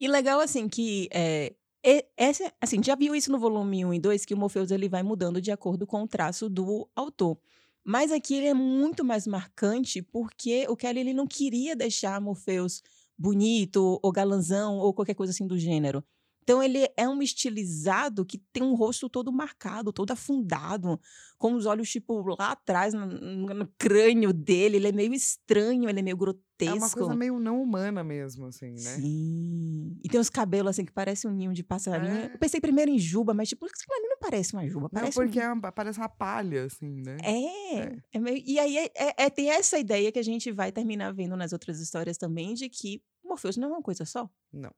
Speaker 2: E legal, assim, que. É, e- essa, assim, já viu isso no volume 1 e 2, que o Morpheus ele vai mudando de acordo com o traço do autor. Mas aqui ele é muito mais marcante porque o Kelly ele não queria deixar Morpheus bonito ou galanzão ou qualquer coisa assim do gênero. Então ele é um estilizado que tem um rosto todo marcado, todo afundado, com os olhos tipo lá atrás no, no- no crânio dele. Ele é meio estranho, ele é meio grotesco.
Speaker 1: É uma coisa meio não humana mesmo, assim, né?
Speaker 2: Sim. E tem uns cabelos assim que parece um ninho de passarinho.
Speaker 1: É.
Speaker 2: Eu pensei primeiro em juba, mas tipo, isso pra mim não parece uma juba.
Speaker 1: Não,
Speaker 2: Parece um-
Speaker 1: porque é uma- parece uma palha, assim, né?
Speaker 2: É,
Speaker 1: É.
Speaker 2: é meio- E aí é- é- é- tem essa ideia que a gente vai terminar vendo nas outras histórias também de que Morpheus não é uma coisa só.
Speaker 1: Não.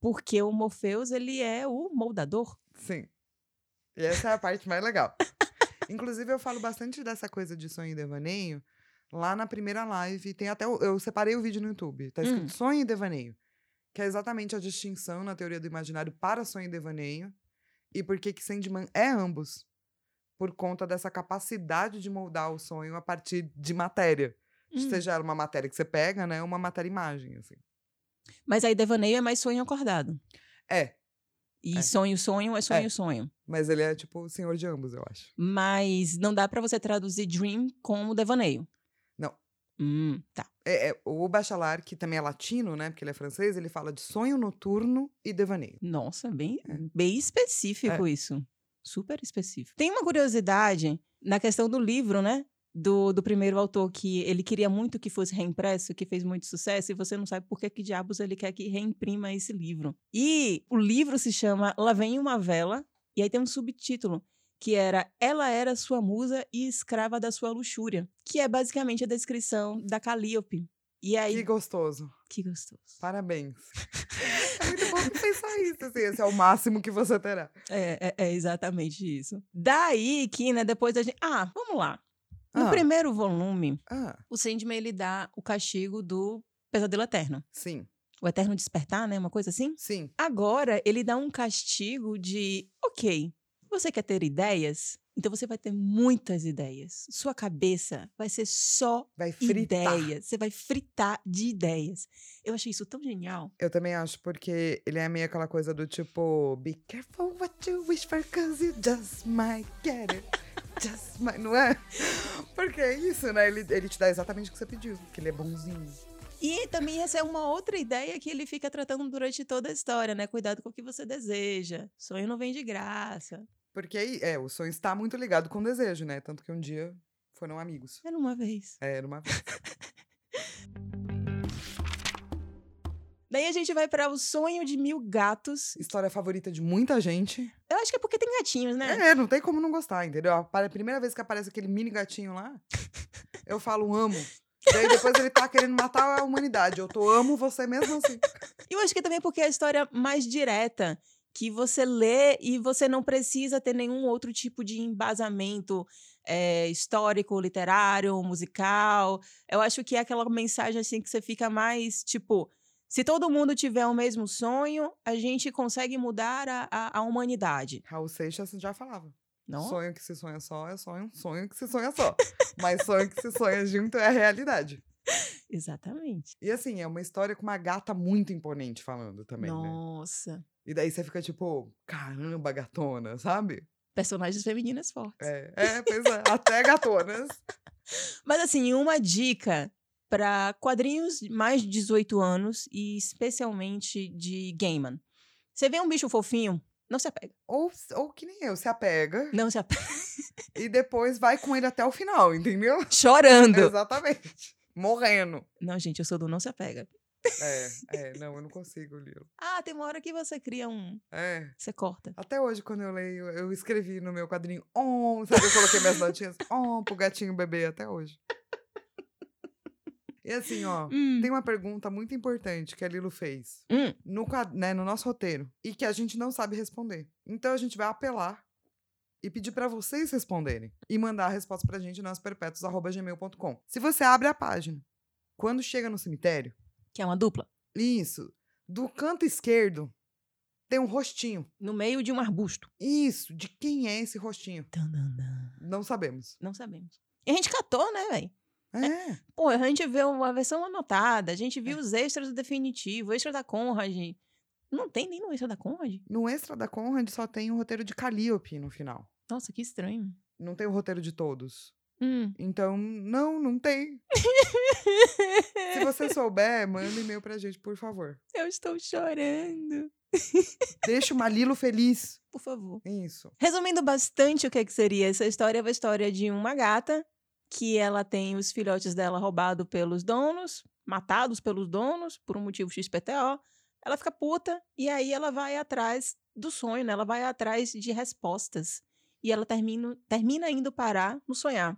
Speaker 2: Porque o Morpheus, ele é o moldador.
Speaker 1: Sim. E essa é a parte mais legal. Inclusive, eu falo bastante dessa coisa de sonho e devaneio lá na primeira live. Tem até. o- Eu separei o vídeo no YouTube. Tá escrito
Speaker 2: Hum.
Speaker 1: sonho e devaneio. Que é exatamente a distinção na teoria do imaginário para sonho e devaneio. E por que que Sandman é ambos. Por conta dessa capacidade de moldar o sonho a partir de matéria.
Speaker 2: Hum.
Speaker 1: Seja ela uma matéria que você pega, né? Uma matéria-imagem, assim.
Speaker 2: Mas aí devaneio é mais sonho acordado.
Speaker 1: É.
Speaker 2: E
Speaker 1: É.
Speaker 2: sonho, sonho é sonho, sonho.
Speaker 1: Mas ele é, tipo, o senhor de ambos, eu acho.
Speaker 2: Mas não dá pra você traduzir dream como devaneio.
Speaker 1: Não.
Speaker 2: Hum, tá.
Speaker 1: É, é, o Bachelar, que também é latino, né? Porque ele é francês, ele fala de sonho noturno e devaneio.
Speaker 2: Nossa, bem, bem específico isso. Super específico. Tem uma curiosidade na questão do livro, né? Do, do primeiro autor que ele queria muito que fosse reimpresso, que fez muito sucesso, e você não sabe por que, que diabos ele quer que reimprima esse livro. E o livro se chama Lá Vem Uma Vela, e aí tem um subtítulo, que era Ela Era Sua Musa e Escrava da Sua Luxúria, que é basicamente a descrição da Calíope. E aí.
Speaker 1: Que gostoso.
Speaker 2: que gostoso.
Speaker 1: Parabéns. é muito bom pensar isso, assim. Esse é o máximo que você terá.
Speaker 2: É, é- é exatamente isso. Daí que, né, depois a gente... Ah, vamos lá. No
Speaker 1: Ah,
Speaker 2: primeiro volume,
Speaker 1: ah,
Speaker 2: o Sandman, ele dá o castigo do pesadelo eterno.
Speaker 1: sim,
Speaker 2: O eterno despertar, né, uma coisa assim.
Speaker 1: sim.
Speaker 2: Agora, ele dá um castigo de, ok, você quer ter ideias? Então você vai ter muitas ideias. Sua cabeça vai ser só
Speaker 1: Vai fritar.
Speaker 2: ideias. Você vai fritar de ideias. Eu achei isso tão genial.
Speaker 1: Eu também acho, porque ele é meio aquela coisa do tipo... Be careful what you wish for, cause you just might get it. Just might... Não é? Porque é isso, né? Ele, ele te dá exatamente o que você pediu. Que ele é bonzinho.
Speaker 2: E também essa é uma outra ideia que ele fica tratando durante toda a história, né? Cuidado com o que você deseja. Sonho não vem de graça.
Speaker 1: Porque aí, é, o sonho está muito ligado com o desejo, né? Tanto que um dia foram amigos.
Speaker 2: Era uma vez.
Speaker 1: É, Era uma vez.
Speaker 2: Daí a gente vai pra O Sonho de Mil Gatos.
Speaker 1: História favorita de muita gente.
Speaker 2: Eu acho que é porque tem gatinhos, né?
Speaker 1: É, não tem como não gostar, entendeu? A pa- primeira vez que aparece aquele mini gatinho lá, eu falo amo. E aí depois ele tá querendo matar a humanidade. Eu tô amo você mesmo assim.
Speaker 2: E eu acho que também porque é a história mais direta, que você lê e você não precisa ter nenhum outro tipo de embasamento é, histórico, literário, musical. Eu acho que é aquela mensagem assim que você fica mais tipo. Se todo mundo tiver o mesmo sonho, a gente consegue mudar a, a, a humanidade.
Speaker 1: Raul Seixas já falava.
Speaker 2: Não?
Speaker 1: Sonho que se sonha só é sonho, sonho que se sonha só. Mas sonho que se sonha junto é a realidade.
Speaker 2: Exatamente.
Speaker 1: E assim, é uma história com uma gata muito imponente falando também, né?
Speaker 2: Nossa.
Speaker 1: E daí você fica tipo, caramba, gatona, sabe?
Speaker 2: Personagens femininas fortes.
Speaker 1: É, é pois é, até gatonas.
Speaker 2: Mas assim, uma dica para quadrinhos de mais de 18 anos e especialmente de Gaiman. Você vê um bicho fofinho, não se apega.
Speaker 1: Ou, ou que nem eu, se apega
Speaker 2: Não se apega.
Speaker 1: e depois vai com ele até o final, entendeu?
Speaker 2: Chorando.
Speaker 1: Exatamente. Morrendo.
Speaker 2: Não, gente, eu sou do não se apega.
Speaker 1: É, é, não, eu não consigo ler.
Speaker 2: Ah, tem uma hora que você cria um.
Speaker 1: É.
Speaker 2: Você corta.
Speaker 1: Até hoje, quando eu leio, eu escrevi no meu quadrinho on, sabe? Eu coloquei minhas notinhas on pro gatinho bebê até hoje. E assim, ó,
Speaker 2: Hum.
Speaker 1: tem uma pergunta muito importante que a Lilo fez
Speaker 2: Hum.
Speaker 1: no, quad- né, no nosso roteiro e que a gente não sabe responder. Então a gente vai apelar e pedir pra vocês responderem e mandar a resposta pra gente nas perpétuos.gmail.com. Se você abre a página, quando chega no cemitério,
Speaker 2: Que é uma dupla.
Speaker 1: isso, do canto esquerdo tem um rostinho.
Speaker 2: No meio de um arbusto.
Speaker 1: Isso, de quem é esse rostinho?
Speaker 2: Tan, tan, tan.
Speaker 1: Não sabemos.
Speaker 2: Não sabemos. E a gente catou, né, velho?
Speaker 1: É,
Speaker 2: Pô, a gente vê uma versão anotada, a gente viu os extras do definitivo, o extra da Conrad. Não tem nem no extra da Conrad?
Speaker 1: no extra da Conrad só tem o roteiro de Calliope no final.
Speaker 2: Nossa, que estranho.
Speaker 1: Não tem o roteiro de todos.
Speaker 2: Hum.
Speaker 1: Então, não, não tem. Se você souber, manda um e-mail pra gente, por favor.
Speaker 2: Eu estou chorando.
Speaker 1: Deixa o Malilo feliz.
Speaker 2: Por favor.
Speaker 1: Isso.
Speaker 2: Resumindo bastante o que, é que seria essa história, é a história de uma gata que ela tem os filhotes dela roubados pelos donos, matados pelos donos, por um motivo XPTO. Ela fica puta e aí ela vai atrás do sonho, né? Ela vai atrás de respostas. E ela termina, termina indo parar no sonhar.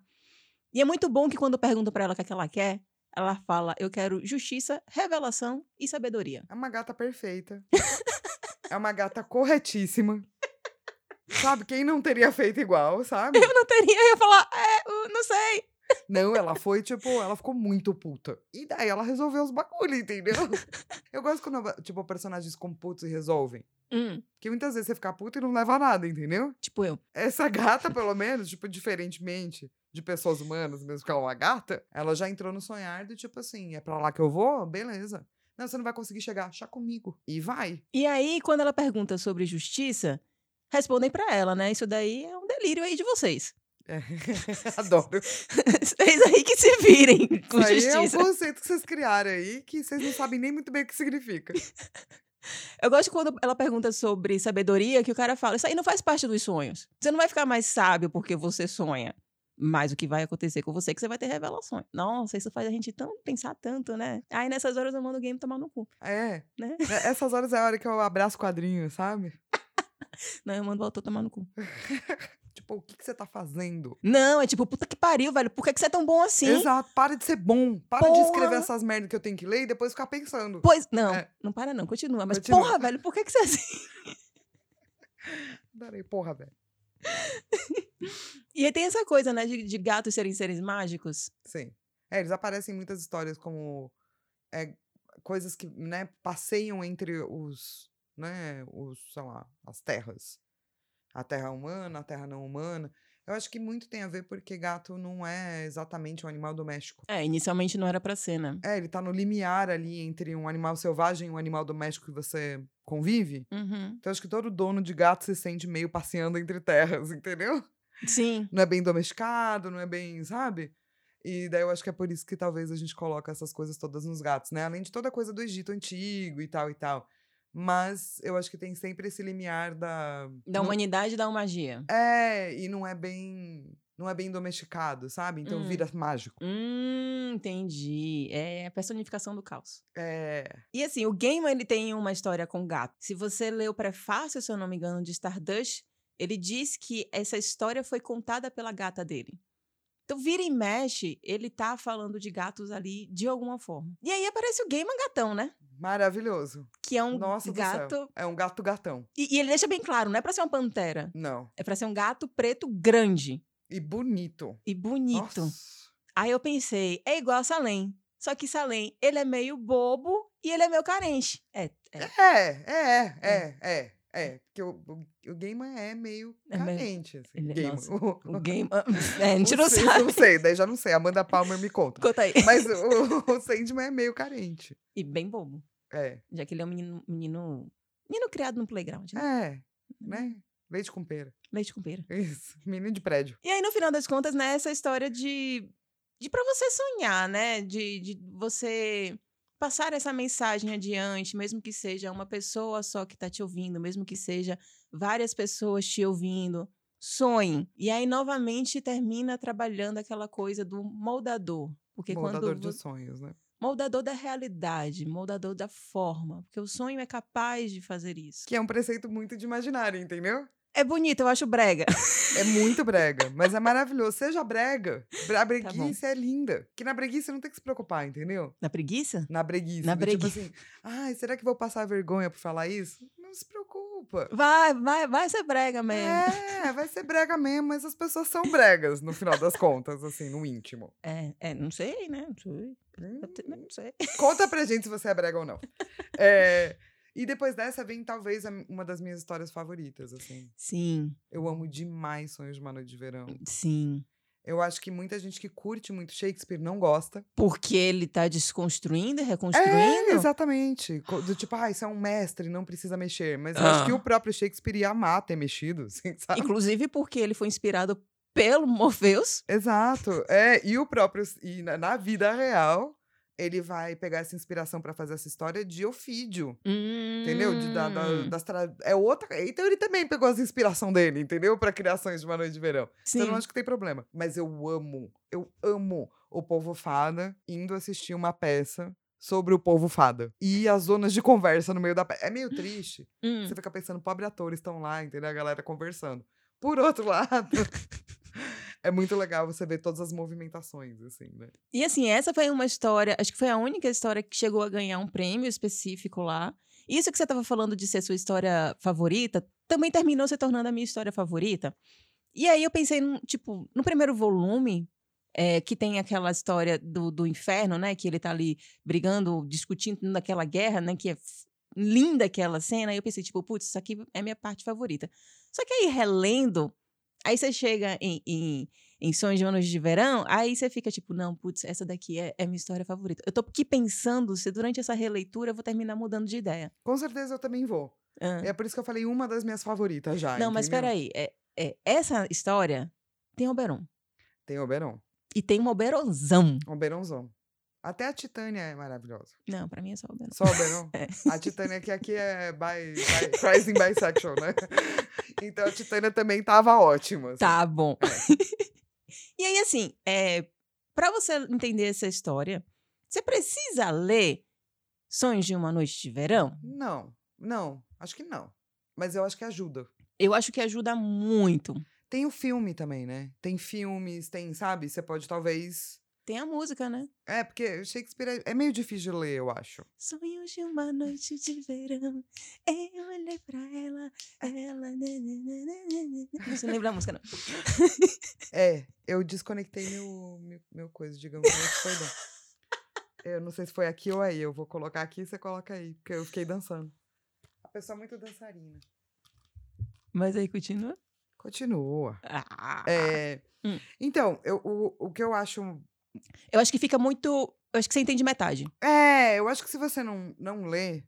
Speaker 2: E é muito bom que quando pergunta pra ela o que, é que ela quer, ela fala: Eu quero justiça, revelação e sabedoria.
Speaker 1: É uma gata perfeita. é uma gata corretíssima. Sabe, quem não teria feito igual, sabe?
Speaker 2: Eu não teria, eu ia falar, é, uh, não sei.
Speaker 1: Não, ela foi, tipo, ela ficou muito puta. E daí ela resolveu os bagulho, entendeu? Eu gosto quando, tipo, personagens com putos e resolvem. Porque muitas vezes você fica puta e não leva a nada, entendeu?
Speaker 2: Tipo eu.
Speaker 1: Essa gata, pelo menos, tipo, diferentemente de pessoas humanas, mesmo que ela é uma gata, ela já entrou no sonhar do tipo assim, é pra lá que eu vou? Beleza. Não, você não vai conseguir chegar, chá comigo. E vai.
Speaker 2: E aí, quando ela pergunta sobre justiça, respondem pra ela, né? Isso daí é um delírio aí de vocês.
Speaker 1: Adoro.
Speaker 2: vocês aí que se virem com
Speaker 1: Isso aí é um
Speaker 2: justiça.
Speaker 1: conceito que vocês criaram aí, que vocês não sabem nem muito bem o que significa.
Speaker 2: Eu gosto quando ela pergunta sobre sabedoria, que o cara fala, isso aí não faz parte dos sonhos. Você não vai ficar mais sábio porque você sonha. Mas o que vai acontecer com você é que você vai ter revelações. Nossa, isso faz a gente tão pensar tanto, né? Aí nessas horas eu mando o game tomar no cu.
Speaker 1: É.
Speaker 2: Né?
Speaker 1: Essas horas é a hora que eu abraço o quadrinho, sabe?
Speaker 2: Não, eu mando o autor tomar no cu.
Speaker 1: Tipo, o que, que você tá fazendo?
Speaker 2: Não, é tipo, puta que pariu, velho. Por que, que você é tão bom assim?
Speaker 1: Exato, para de ser bom. Para de escrever
Speaker 2: Porra.
Speaker 1: essas merdas que eu tenho que ler e depois ficar pensando.
Speaker 2: Pois, não,
Speaker 1: É.
Speaker 2: não para não, continua. Mas
Speaker 1: Continua.
Speaker 2: porra, velho, por que que você é assim?
Speaker 1: Darei, porra, velho.
Speaker 2: E aí tem essa coisa, né, de, de gatos serem seres mágicos.
Speaker 1: Sim. É, eles aparecem em muitas histórias como é, coisas que, né, passeiam entre os, né, os, sei lá, as terras. A terra humana, a terra não humana. Eu acho que muito tem a ver porque gato não é exatamente um animal doméstico.
Speaker 2: É, inicialmente não era pra ser, né?
Speaker 1: É, ele tá no limiar ali entre um animal selvagem e um animal doméstico que você convive.
Speaker 2: Uhum.
Speaker 1: Então acho que todo dono de gato se sente meio passeando entre terras, entendeu?
Speaker 2: Sim.
Speaker 1: Não é bem domesticado, não é bem, sabe? E daí eu acho que é por isso que talvez a gente coloca essas coisas todas nos gatos, né? Além de toda a coisa do Egito antigo e tal e tal. Mas eu acho que tem sempre esse limiar da.
Speaker 2: Da
Speaker 1: não-
Speaker 2: humanidade da magia.
Speaker 1: É, e não é bem. Não é bem domesticado, sabe? Então
Speaker 2: Hum.
Speaker 1: vira mágico.
Speaker 2: Hum, entendi. É a personificação do caos.
Speaker 1: É.
Speaker 2: E assim, o Gaiman ele tem uma história com gato. Se você lê o prefácio, se eu não me engano, de Stardust, ele diz que essa história foi contada pela gata dele. Então, vira e mexe, ele tá falando de gatos ali de alguma forma. E aí aparece o Gaiman gatão, né?
Speaker 1: Maravilhoso.
Speaker 2: Que é um
Speaker 1: Nossa do céu.
Speaker 2: gato.
Speaker 1: É um gato gatão.
Speaker 2: E, e ele deixa bem claro, não é pra ser uma pantera.
Speaker 1: Não.
Speaker 2: É pra ser um gato preto grande
Speaker 1: E bonito.
Speaker 2: e bonito.
Speaker 1: Nossa.
Speaker 2: Aí eu pensei, é igual a Salem. Só que Salem, ele é meio bobo e ele é meio carente. É, é.
Speaker 1: É, é, é, é, é. Porque o, o, o Gaiman é meio
Speaker 2: É meio-
Speaker 1: carente. Assim.
Speaker 2: ele é-
Speaker 1: Gaiman.
Speaker 2: nossa, O game. É, a gente
Speaker 1: O
Speaker 2: não
Speaker 1: Sand-
Speaker 2: sabe.
Speaker 1: Não sei, daí já não sei. Amanda Palmer me conta.
Speaker 2: Conta aí.
Speaker 1: Mas o, o Sandman é meio carente.
Speaker 2: E bem bobo.
Speaker 1: É.
Speaker 2: Já que ele é um menino. Menino, menino criado no playground, né?
Speaker 1: É, né? Leite com pera. é
Speaker 2: Leite com pera.
Speaker 1: Isso. Menino de prédio.
Speaker 2: E aí, no final das contas, né, essa história de. De pra você sonhar, né? De, de você passar essa mensagem adiante, mesmo que seja uma pessoa só que tá te ouvindo, mesmo que seja várias pessoas te ouvindo. Sonhe. E aí, novamente, termina trabalhando aquela coisa do moldador. Porque
Speaker 1: Moldador
Speaker 2: quando.
Speaker 1: de
Speaker 2: vo-
Speaker 1: sonhos, né?
Speaker 2: moldador da realidade, moldador da forma, porque o sonho é capaz de fazer isso.
Speaker 1: Que é um preceito muito de imaginário, entendeu?
Speaker 2: É bonito, eu acho brega.
Speaker 1: É muito brega, mas é maravilhoso. Seja brega. Bre-
Speaker 2: Tá
Speaker 1: A breguice é linda. Que na breguice não tem que se preocupar, entendeu?
Speaker 2: Na preguiça?
Speaker 1: Na breguice.
Speaker 2: Na
Speaker 1: do tipo
Speaker 2: breguice.
Speaker 1: assim, ai, será que vou passar vergonha por falar isso? Não se preocupa.
Speaker 2: Vai, vai, vai ser brega mesmo.
Speaker 1: É, vai ser brega mesmo, mas as pessoas são bregas no final das contas, assim, no íntimo.
Speaker 2: É, é, não sei, né? Não sei. Eu te- Não sei.
Speaker 1: Conta pra gente se você é brega ou não. É, e depois dessa vem talvez a- uma das minhas histórias favoritas, assim.
Speaker 2: Sim,
Speaker 1: Eu amo demais Sonhos de uma Noite de Verão.
Speaker 2: sim.
Speaker 1: Eu acho que muita gente que curte muito Shakespeare não gosta.
Speaker 2: Porque ele tá desconstruindo e
Speaker 1: É,
Speaker 2: reconstruindo?
Speaker 1: exatamente. Co- Do tipo, ah, isso é um mestre, não precisa mexer. Mas eu acho que
Speaker 2: Ah.
Speaker 1: o próprio Shakespeare ia amar ter mexido, assim, sabe?
Speaker 2: Inclusive porque ele foi inspirado pelo Morpheus.
Speaker 1: Exato. É, e o próprio. E na, na vida real, ele vai pegar essa inspiração pra fazer essa história de Ofídio. Entendeu? De, da, da-
Speaker 2: Hum,
Speaker 1: das tra- É outra. Então ele também pegou as inspiração dele, entendeu? Pra criações de uma noite de verão.
Speaker 2: Sim.
Speaker 1: Então eu não acho que tem problema. Mas eu amo, eu amo o povo fada indo assistir uma peça sobre o povo fada. E as zonas de conversa no meio da peça. É meio triste.
Speaker 2: Hum.
Speaker 1: Você fica pensando, pobre atores estão lá, entendeu? A galera conversando. Por outro lado. É muito legal você ver todas as movimentações, assim, né?
Speaker 2: E assim, essa foi uma história, acho que foi a única história que chegou a ganhar um prêmio específico lá. Isso que você estava falando de ser sua história favorita, também terminou se tornando a minha história favorita. E aí eu pensei, num, tipo, no primeiro volume, é, que tem aquela história do, do inferno, né? Que ele tá ali brigando, discutindo naquela guerra, né? Que é f- linda aquela cena. Aí eu pensei, tipo, putz, isso aqui é minha parte favorita. Só que aí, relendo, aí você chega em- em em sonhos de anos de verão, aí você fica tipo, não, putz, essa daqui é, é minha história favorita. Eu tô aqui pensando se durante essa releitura eu vou terminar mudando de ideia.
Speaker 1: Com certeza eu também vou.
Speaker 2: Ah.
Speaker 1: É por isso que eu falei uma das minhas favoritas já.
Speaker 2: não, mas
Speaker 1: entendeu?
Speaker 2: peraí, é, é, essa história tem Oberon.
Speaker 1: Tem Oberon.
Speaker 2: E tem um Oberonzão.
Speaker 1: O Beronzão. Até a Titânia é maravilhosa.
Speaker 2: Não, pra mim é só Oberon.
Speaker 1: Só o Beron?
Speaker 2: É.
Speaker 1: A Titânia que aqui é bi, bi, rising bisexual, né? Então a Titânia também tava ótima. assim.
Speaker 2: Tá bom.
Speaker 1: É.
Speaker 2: e aí, assim, é, para você entender essa história, você precisa ler Sonhos de uma Noite de Verão?
Speaker 1: Não, não. Acho que não. Mas eu acho que ajuda.
Speaker 2: Eu acho que ajuda muito.
Speaker 1: Tem o filme também, né? Tem filmes, tem, sabe? Você pode talvez.
Speaker 2: Tem a música, né?
Speaker 1: É, porque Shakespeare é é meio difícil de ler, eu acho.
Speaker 2: Sonhos de uma noite de verão. Eu olhei pra ela, ela. né, Você né. não lembra a música, não?
Speaker 1: É, eu desconectei meu, meu, meu coisa, digamos. Mas foi bom. Eu não sei se foi aqui ou aí. Eu vou colocar aqui e você coloca aí, porque eu fiquei dançando. A pessoa é muito dançarina.
Speaker 2: Mas aí continua.
Speaker 1: Continua.
Speaker 2: Ah.
Speaker 1: É,
Speaker 2: Hum.
Speaker 1: Então, eu, o, o que eu acho.
Speaker 2: Eu acho que fica muito. Eu acho que você entende metade.
Speaker 1: É, eu acho que se você não, não lê,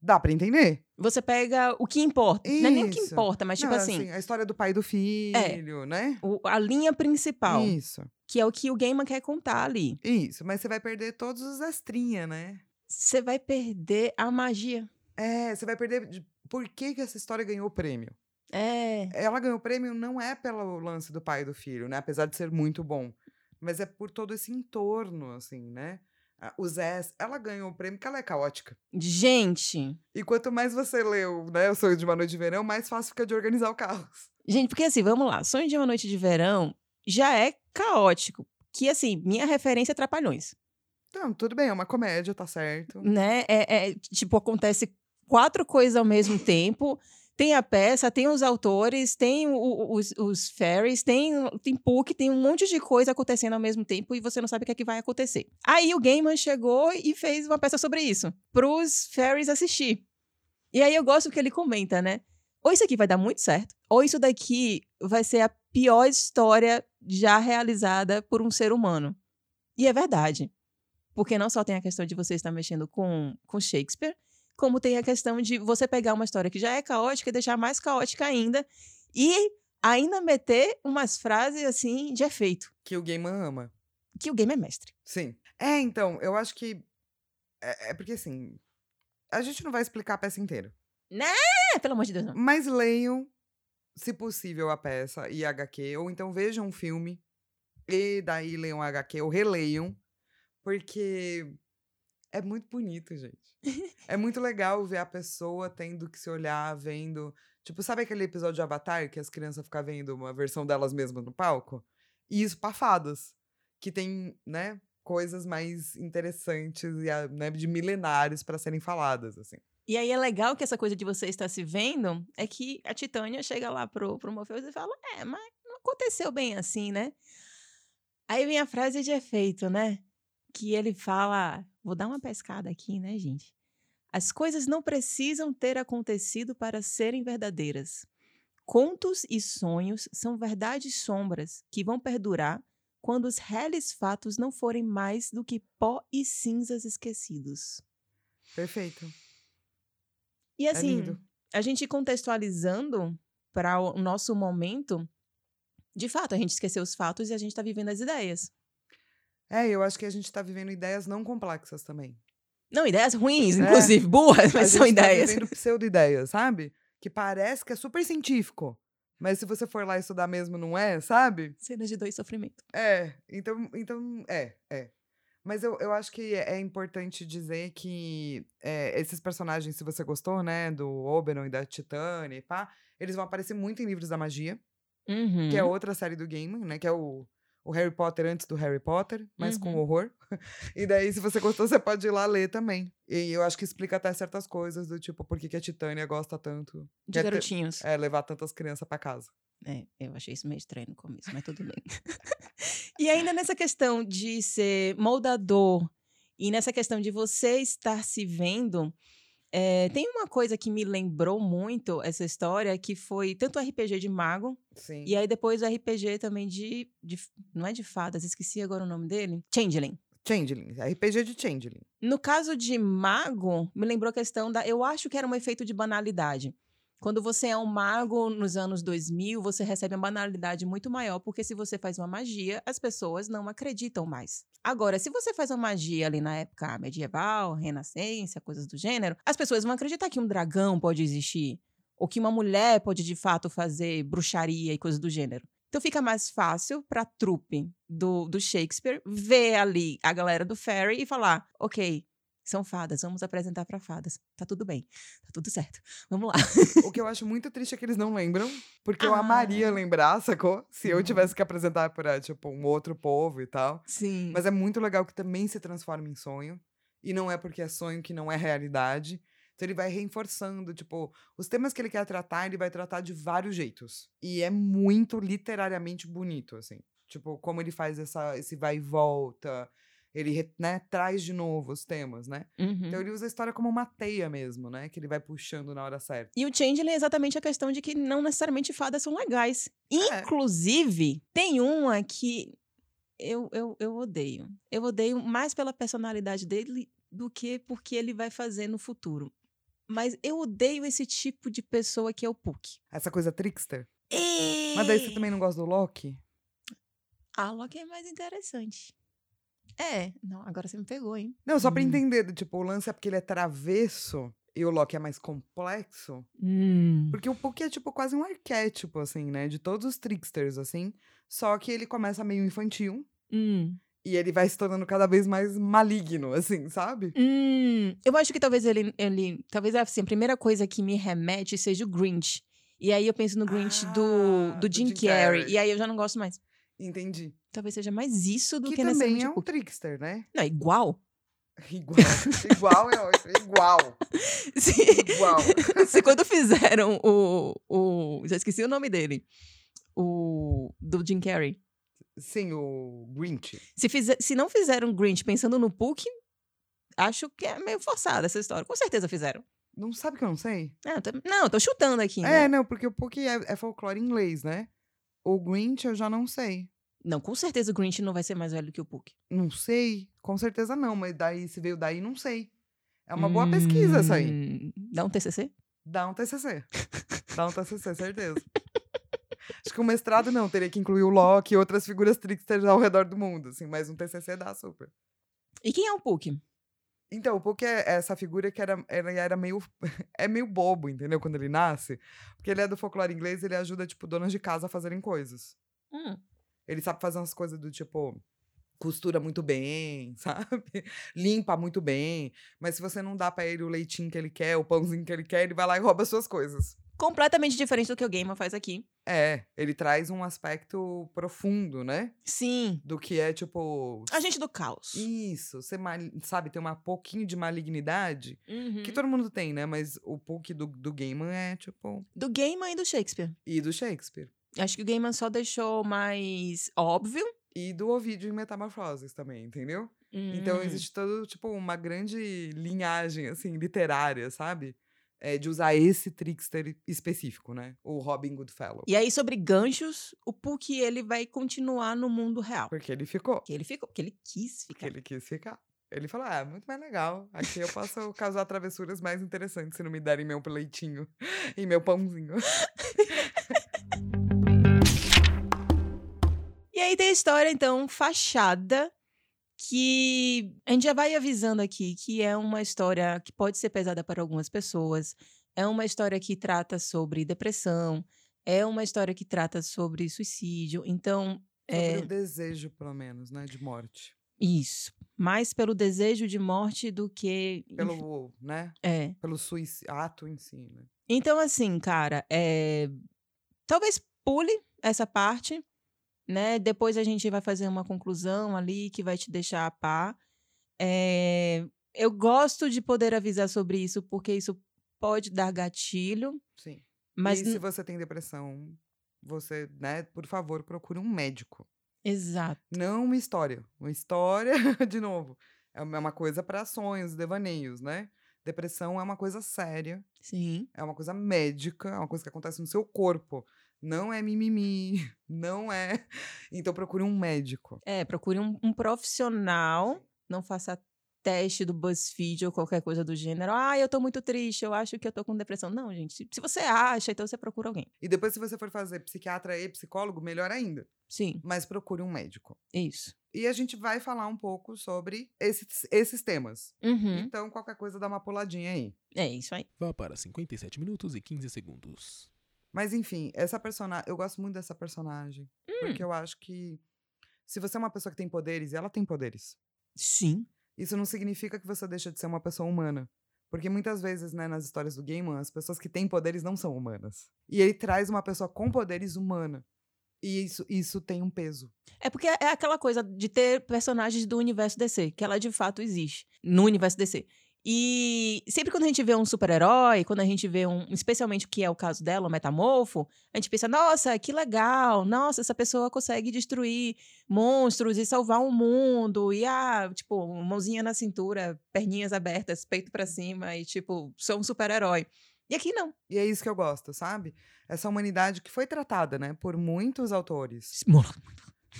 Speaker 1: dá pra entender.
Speaker 2: Você pega o que importa. Não é nem o que
Speaker 1: Isso.
Speaker 2: importa, mas tipo
Speaker 1: Não, assim
Speaker 2: assim,
Speaker 1: A história do pai e do filho, né?
Speaker 2: o- a linha principal.
Speaker 1: Isso.
Speaker 2: que é o que o Gaiman quer contar ali.
Speaker 1: Isso, mas você vai perder todos os astrinha, né?
Speaker 2: Você vai perder a magia.
Speaker 1: É, você vai perder. de- Por que, que essa história ganhou o prêmio?
Speaker 2: É.
Speaker 1: Ela ganhou o prêmio não é pelo lance do pai e do filho, né? Apesar de ser muito bom. Mas é por todo esse entorno, assim, né? Ah, O Zés, ela ganhou o prêmio porque ela é caótica.
Speaker 2: Gente.
Speaker 1: E quanto mais você lê o, né, o Sonho de uma Noite de Verão, mais fácil fica de organizar o caos.
Speaker 2: Gente, porque assim, vamos lá. Sonho de uma noite de verão já é caótico. Que assim, minha referência é Trapalhões.
Speaker 1: Então, tudo bem, é uma comédia, tá certo.
Speaker 2: né? É, é, tipo, acontece quatro coisas ao mesmo tempo. Tem a peça, tem os autores, tem o- o- os, os fairies, tem, tem PUC, tem um monte de coisa acontecendo ao mesmo tempo e você não sabe o que é que vai acontecer. Aí o Gaiman chegou e fez uma peça sobre isso, pros fairies assistir. E aí eu gosto que ele comenta, né? Ou isso aqui vai dar muito certo, ou isso daqui vai ser a pior história já realizada por um ser humano. E é verdade. Porque não só tem a questão de você estar mexendo com, com Shakespeare, como tem a questão de você pegar uma história que já é caótica e deixar mais caótica ainda, e ainda meter umas frases assim de efeito,
Speaker 1: Que o Gaiman ama.
Speaker 2: que o game é mestre.
Speaker 1: Sim. É, então, eu acho que. É, é porque assim. A gente não vai explicar a peça inteira.
Speaker 2: É, pelo amor de Deus, não.
Speaker 1: Mas leiam, se possível, a peça e a HQ, ou então vejam um filme e daí leiam a HQ ou releiam, porque é muito bonito, gente. é muito legal ver a pessoa tendo que se olhar, vendo. Tipo, sabe aquele episódio de Avatar que as crianças ficam vendo uma versão delas mesmas no palco? E isso pafadas, que tem, né, coisas mais interessantes e a- né, de milenares para serem faladas, assim.
Speaker 2: E aí é legal que essa coisa de você estar se vendo é que a Titânia chega lá pro, pro Morpheus e fala: É, mas não aconteceu bem assim, né? Aí vem a frase de efeito, né? Que ele fala: Vou dar uma pescada aqui, né, gente? As coisas não precisam ter acontecido para serem verdadeiras. Contos e sonhos são verdades sombras que vão perdurar quando os reles fatos não forem mais do que pó e cinzas esquecidos.
Speaker 1: Perfeito.
Speaker 2: E assim,
Speaker 1: lindo.
Speaker 2: a gente contextualizando para o nosso momento, de fato, a gente esqueceu os fatos e a gente tá vivendo as ideias.
Speaker 1: É, eu acho que a gente tá vivendo ideias não complexas também.
Speaker 2: Não, ideias ruins,
Speaker 1: É.
Speaker 2: inclusive,
Speaker 1: a
Speaker 2: burras, mas são
Speaker 1: gente tá
Speaker 2: ideias.
Speaker 1: vivendo pseudo-ideias, sabe? Que parece que é super científico. Mas se você for lá estudar mesmo, não é, sabe?
Speaker 2: Cenas de dor e sofrimento.
Speaker 1: É. Então, então é, é. Mas eu, eu acho que é é importante dizer que é, esses personagens, se você gostou, né? Do Oberon e da Titânia e pá, eles vão aparecer muito em livros da magia,
Speaker 2: Uhum.
Speaker 1: que é outra série do Gaiman, né? Que é o, o Harry Potter antes do Harry Potter, mas com
Speaker 2: Uhum.
Speaker 1: horror. E daí, se você gostou, você pode ir lá ler também. E eu acho que explica até certas coisas, do tipo, por que, que a Titânia gosta tanto
Speaker 2: De
Speaker 1: que é ter-
Speaker 2: garotinhos.
Speaker 1: é, levar tantas crianças pra casa.
Speaker 2: É, eu achei isso meio estranho no começo, mas tudo bem. e ainda nessa questão de ser moldador e nessa questão de você estar se vendo, é, tem uma coisa que me lembrou muito essa história, que foi tanto o RPG de Mago,
Speaker 1: Sim.
Speaker 2: e aí depois o RPG também de, de. Não é de fadas, esqueci agora o nome dele. Changeling.
Speaker 1: Changeling, RPG de Changeling.
Speaker 2: No caso de mago, me lembrou a questão da. Eu acho que era um efeito de banalidade. Quando você é um mago nos anos 2000, você recebe uma banalidade muito maior, porque se você faz uma magia, as pessoas não acreditam mais. Agora, se você faz uma magia ali na época medieval, renascença, coisas do gênero, as pessoas vão acreditar que um dragão pode existir, ou que uma mulher pode de fato fazer bruxaria e coisas do gênero. Então fica mais fácil pra trupe do, do Shakespeare ver ali a galera do Ferry e falar: ok, são fadas, vamos apresentar pra fadas. Tá tudo bem, tá tudo certo. Vamos lá.
Speaker 1: o que eu acho muito triste é que eles não lembram, porque eu
Speaker 2: Ah. Uhum.
Speaker 1: amaria lembrar, sacou? Se eu
Speaker 2: Não.
Speaker 1: tivesse que apresentar pra, tipo, um outro povo e tal.
Speaker 2: Sim.
Speaker 1: Mas é muito legal que também se transforma em sonho. E não é porque é sonho que não é realidade. Então ele vai reforçando, tipo, os temas que ele quer tratar, ele vai tratar de vários jeitos. E é muito literariamente bonito, assim. Tipo, como ele faz essa, esse vai e volta. Ele re- né, traz de novo os temas, né?
Speaker 2: Uhum.
Speaker 1: Então ele usa a história como uma teia mesmo, né? Que ele vai puxando na hora certa.
Speaker 2: E o Changeling é exatamente a questão de que não necessariamente fadas são legais.
Speaker 1: É.
Speaker 2: Inclusive, tem uma que eu, eu, eu odeio. Eu odeio mais pela personalidade dele do que porque ele vai fazer no futuro. Mas eu odeio esse tipo de pessoa que é o Puck.
Speaker 1: Essa coisa trickster. Mas daí você também não gosta do Loki?
Speaker 2: A Loki é mais interessante. É, não, agora você me pegou, hein?
Speaker 1: Não, só pra
Speaker 2: Hum.
Speaker 1: entender, tipo, o lance é porque ele é travesso e o Loki é mais complexo. Porque o Puck é, tipo, quase um arquétipo, assim, né? De todos os tricksters, assim. Só que ele começa meio infantil
Speaker 2: Hum.
Speaker 1: e ele vai se tornando cada vez mais maligno, assim, sabe?
Speaker 2: Hum, eu acho que talvez ele, ele. Talvez assim, a primeira coisa que me remete seja o Grinch. E aí eu penso no Grinch do,
Speaker 1: Ah,
Speaker 2: do, Jim, Carrey. E aí eu já não gosto mais.
Speaker 1: Entendi.
Speaker 2: Talvez seja mais isso do
Speaker 1: Que,
Speaker 2: que,
Speaker 1: também
Speaker 2: necessariamente.
Speaker 1: é
Speaker 2: o
Speaker 1: um
Speaker 2: Puck.
Speaker 1: trickster, né?
Speaker 2: Não, é igual.
Speaker 1: Igual. igual é ótimo. Igual.
Speaker 2: Se,
Speaker 1: Igual.
Speaker 2: se quando fizeram o, o. Já esqueci o nome dele. O. Do Jim Carrey.
Speaker 1: Sim, o Grinch.
Speaker 2: Se, fizer, se não fizeram Grinch pensando no Puck, acho que é meio forçada essa história. Com certeza fizeram.
Speaker 1: Não sabe que eu não sei?
Speaker 2: Ah, tô- não, tô chutando aqui. né?
Speaker 1: É, não, porque o Puck é, é folclore inglês, né? O Grinch eu já não sei.
Speaker 2: Não, com certeza o Grinch não vai ser mais velho que o Puck.
Speaker 1: Não sei, com certeza não, mas daí se veio daí, não sei. É uma boa pesquisa essa aí.
Speaker 2: Hum, Dá um TCC?
Speaker 1: Dá um TCC. Dá um TCC, certeza. Acho que o mestrado não, teria que incluir o Loki e outras figuras tricksters ao redor do mundo, assim, mas um TCC dá super.
Speaker 2: E quem é o Puck?
Speaker 1: Então, o Puck é essa figura que era, ele era meio, é meio bobo, entendeu? Quando ele nasce. Porque ele é do folclore inglês, ele ajuda, tipo, donas de casa a fazerem coisas.
Speaker 2: Hum.
Speaker 1: Ele sabe fazer umas coisas do tipo. Costura muito bem, sabe? Limpa muito bem. Mas se você não dá pra ele o leitinho que ele quer, o pãozinho que ele quer, ele vai lá e rouba as suas coisas.
Speaker 2: Completamente diferente do que o Gamer faz aqui.
Speaker 1: É, ele traz um aspecto profundo, né?
Speaker 2: Sim.
Speaker 1: Do que é tipo.
Speaker 2: A gente do caos.
Speaker 1: Isso, você mali- sabe, tem um pouquinho de malignidade.
Speaker 2: Uhum.
Speaker 1: Que todo mundo tem, né? Mas o Puck do, do Gaiman é tipo.
Speaker 2: Do Gaiman e do Shakespeare.
Speaker 1: E do Shakespeare.
Speaker 2: Acho que o Gaiman só deixou mais óbvio.
Speaker 1: E do Ovidio em Metamorfoses também, entendeu? Então
Speaker 2: Hum.
Speaker 1: existe todo, tipo, uma grande linhagem, assim, literária, sabe? É, de usar esse trickster específico, né? O Robin Goodfellow.
Speaker 2: E aí, sobre ganchos, o Puck, ele vai continuar no mundo real.
Speaker 1: Porque ele ficou.
Speaker 2: Que ele ficou, porque ele quis
Speaker 1: Porque
Speaker 2: ficar.
Speaker 1: ele quis ficar. Ele falou, ah, muito mais legal. Aqui eu posso causar travessuras mais interessantes se não me derem meu leitinho e meu pãozinho.
Speaker 2: E aí tem a história, então, fachada, que a gente já vai avisando aqui que é uma história que pode ser pesada para algumas pessoas, é uma história que trata sobre depressão, é uma história que trata sobre suicídio. Então,
Speaker 1: Sobre
Speaker 2: é
Speaker 1: o desejo, pelo menos, né? De morte.
Speaker 2: isso. Mais pelo desejo de morte do que.
Speaker 1: Pelo, né?
Speaker 2: É.
Speaker 1: Pelo suici- ato em si, né?
Speaker 2: Então, assim, cara, é, talvez pule essa parte, né? Depois a gente vai fazer uma conclusão ali que vai te deixar a pá. É, Eu gosto de poder avisar sobre isso, porque isso pode dar gatilho,
Speaker 1: Sim.
Speaker 2: mas.
Speaker 1: e se você tem depressão, você, né? Por favor, procure um médico.
Speaker 2: Exato.
Speaker 1: Não uma história. Uma história, de novo, é uma é uma coisa para sonhos, devaneios, né? Depressão é uma coisa séria,
Speaker 2: Sim.
Speaker 1: é uma coisa médica, é uma coisa que acontece no seu corpo. Não é mimimi, não é. Então procure um médico.
Speaker 2: É, procure um, um profissional, não faça teste do BuzzFeed ou qualquer coisa do gênero. Ah, eu tô muito triste, eu acho que eu tô com depressão. Não, gente. se- Se você acha, então você procura alguém.
Speaker 1: E depois, se você for fazer psiquiatra e psicólogo, melhor ainda.
Speaker 2: Sim,
Speaker 1: Mas procure um médico.
Speaker 2: isso.
Speaker 1: E a gente vai falar um pouco sobre esses, esses temas.
Speaker 2: Uhum.
Speaker 1: Então, qualquer coisa, dá uma puladinha aí.
Speaker 2: É isso aí.
Speaker 3: Vá para 57 minutos e 15 segundos.
Speaker 1: Mas enfim, essa personagem. Eu gosto muito dessa personagem. Porque eu acho que. Se você é uma pessoa que tem poderes, e ela tem poderes.
Speaker 2: Sim.
Speaker 1: Isso não significa que você deixa de ser uma pessoa humana. Porque muitas vezes, né, nas histórias do Gaiman, as pessoas que têm poderes não são humanas. E ele traz uma pessoa com poderes humana. E isso, isso tem um peso.
Speaker 2: É porque é aquela coisa de ter personagens do universo DC, que ela de fato existe no universo DC. E sempre quando a gente vê um super-herói, quando a gente vê um, especialmente o que é o caso dela, o metamorfo, a gente pensa, nossa, que legal, nossa, essa pessoa consegue destruir monstros e salvar o mundo, e ah, tipo, mãozinha na cintura, perninhas abertas, peito pra cima, e tipo, sou um super-herói. E aqui não.
Speaker 1: E é isso que eu gosto, sabe? Essa humanidade que foi tratada, né, por muitos autores.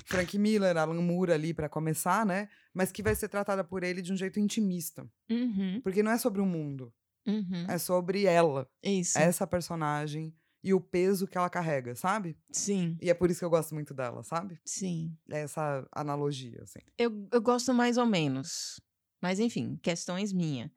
Speaker 1: Frank Miller, Alan Moore ali pra começar, né? Mas que vai ser tratada por ele de um jeito intimista.
Speaker 2: Uhum,
Speaker 1: Porque não é sobre o mundo,
Speaker 2: uhum.
Speaker 1: é sobre ela.
Speaker 2: Isso.
Speaker 1: essa personagem e o peso que ela carrega, sabe?
Speaker 2: Sim,
Speaker 1: E é por isso que eu gosto muito dela, sabe?
Speaker 2: sim.
Speaker 1: É Essa analogia, assim.
Speaker 2: Eu, eu gosto mais ou menos. Mas, enfim, questões minhas.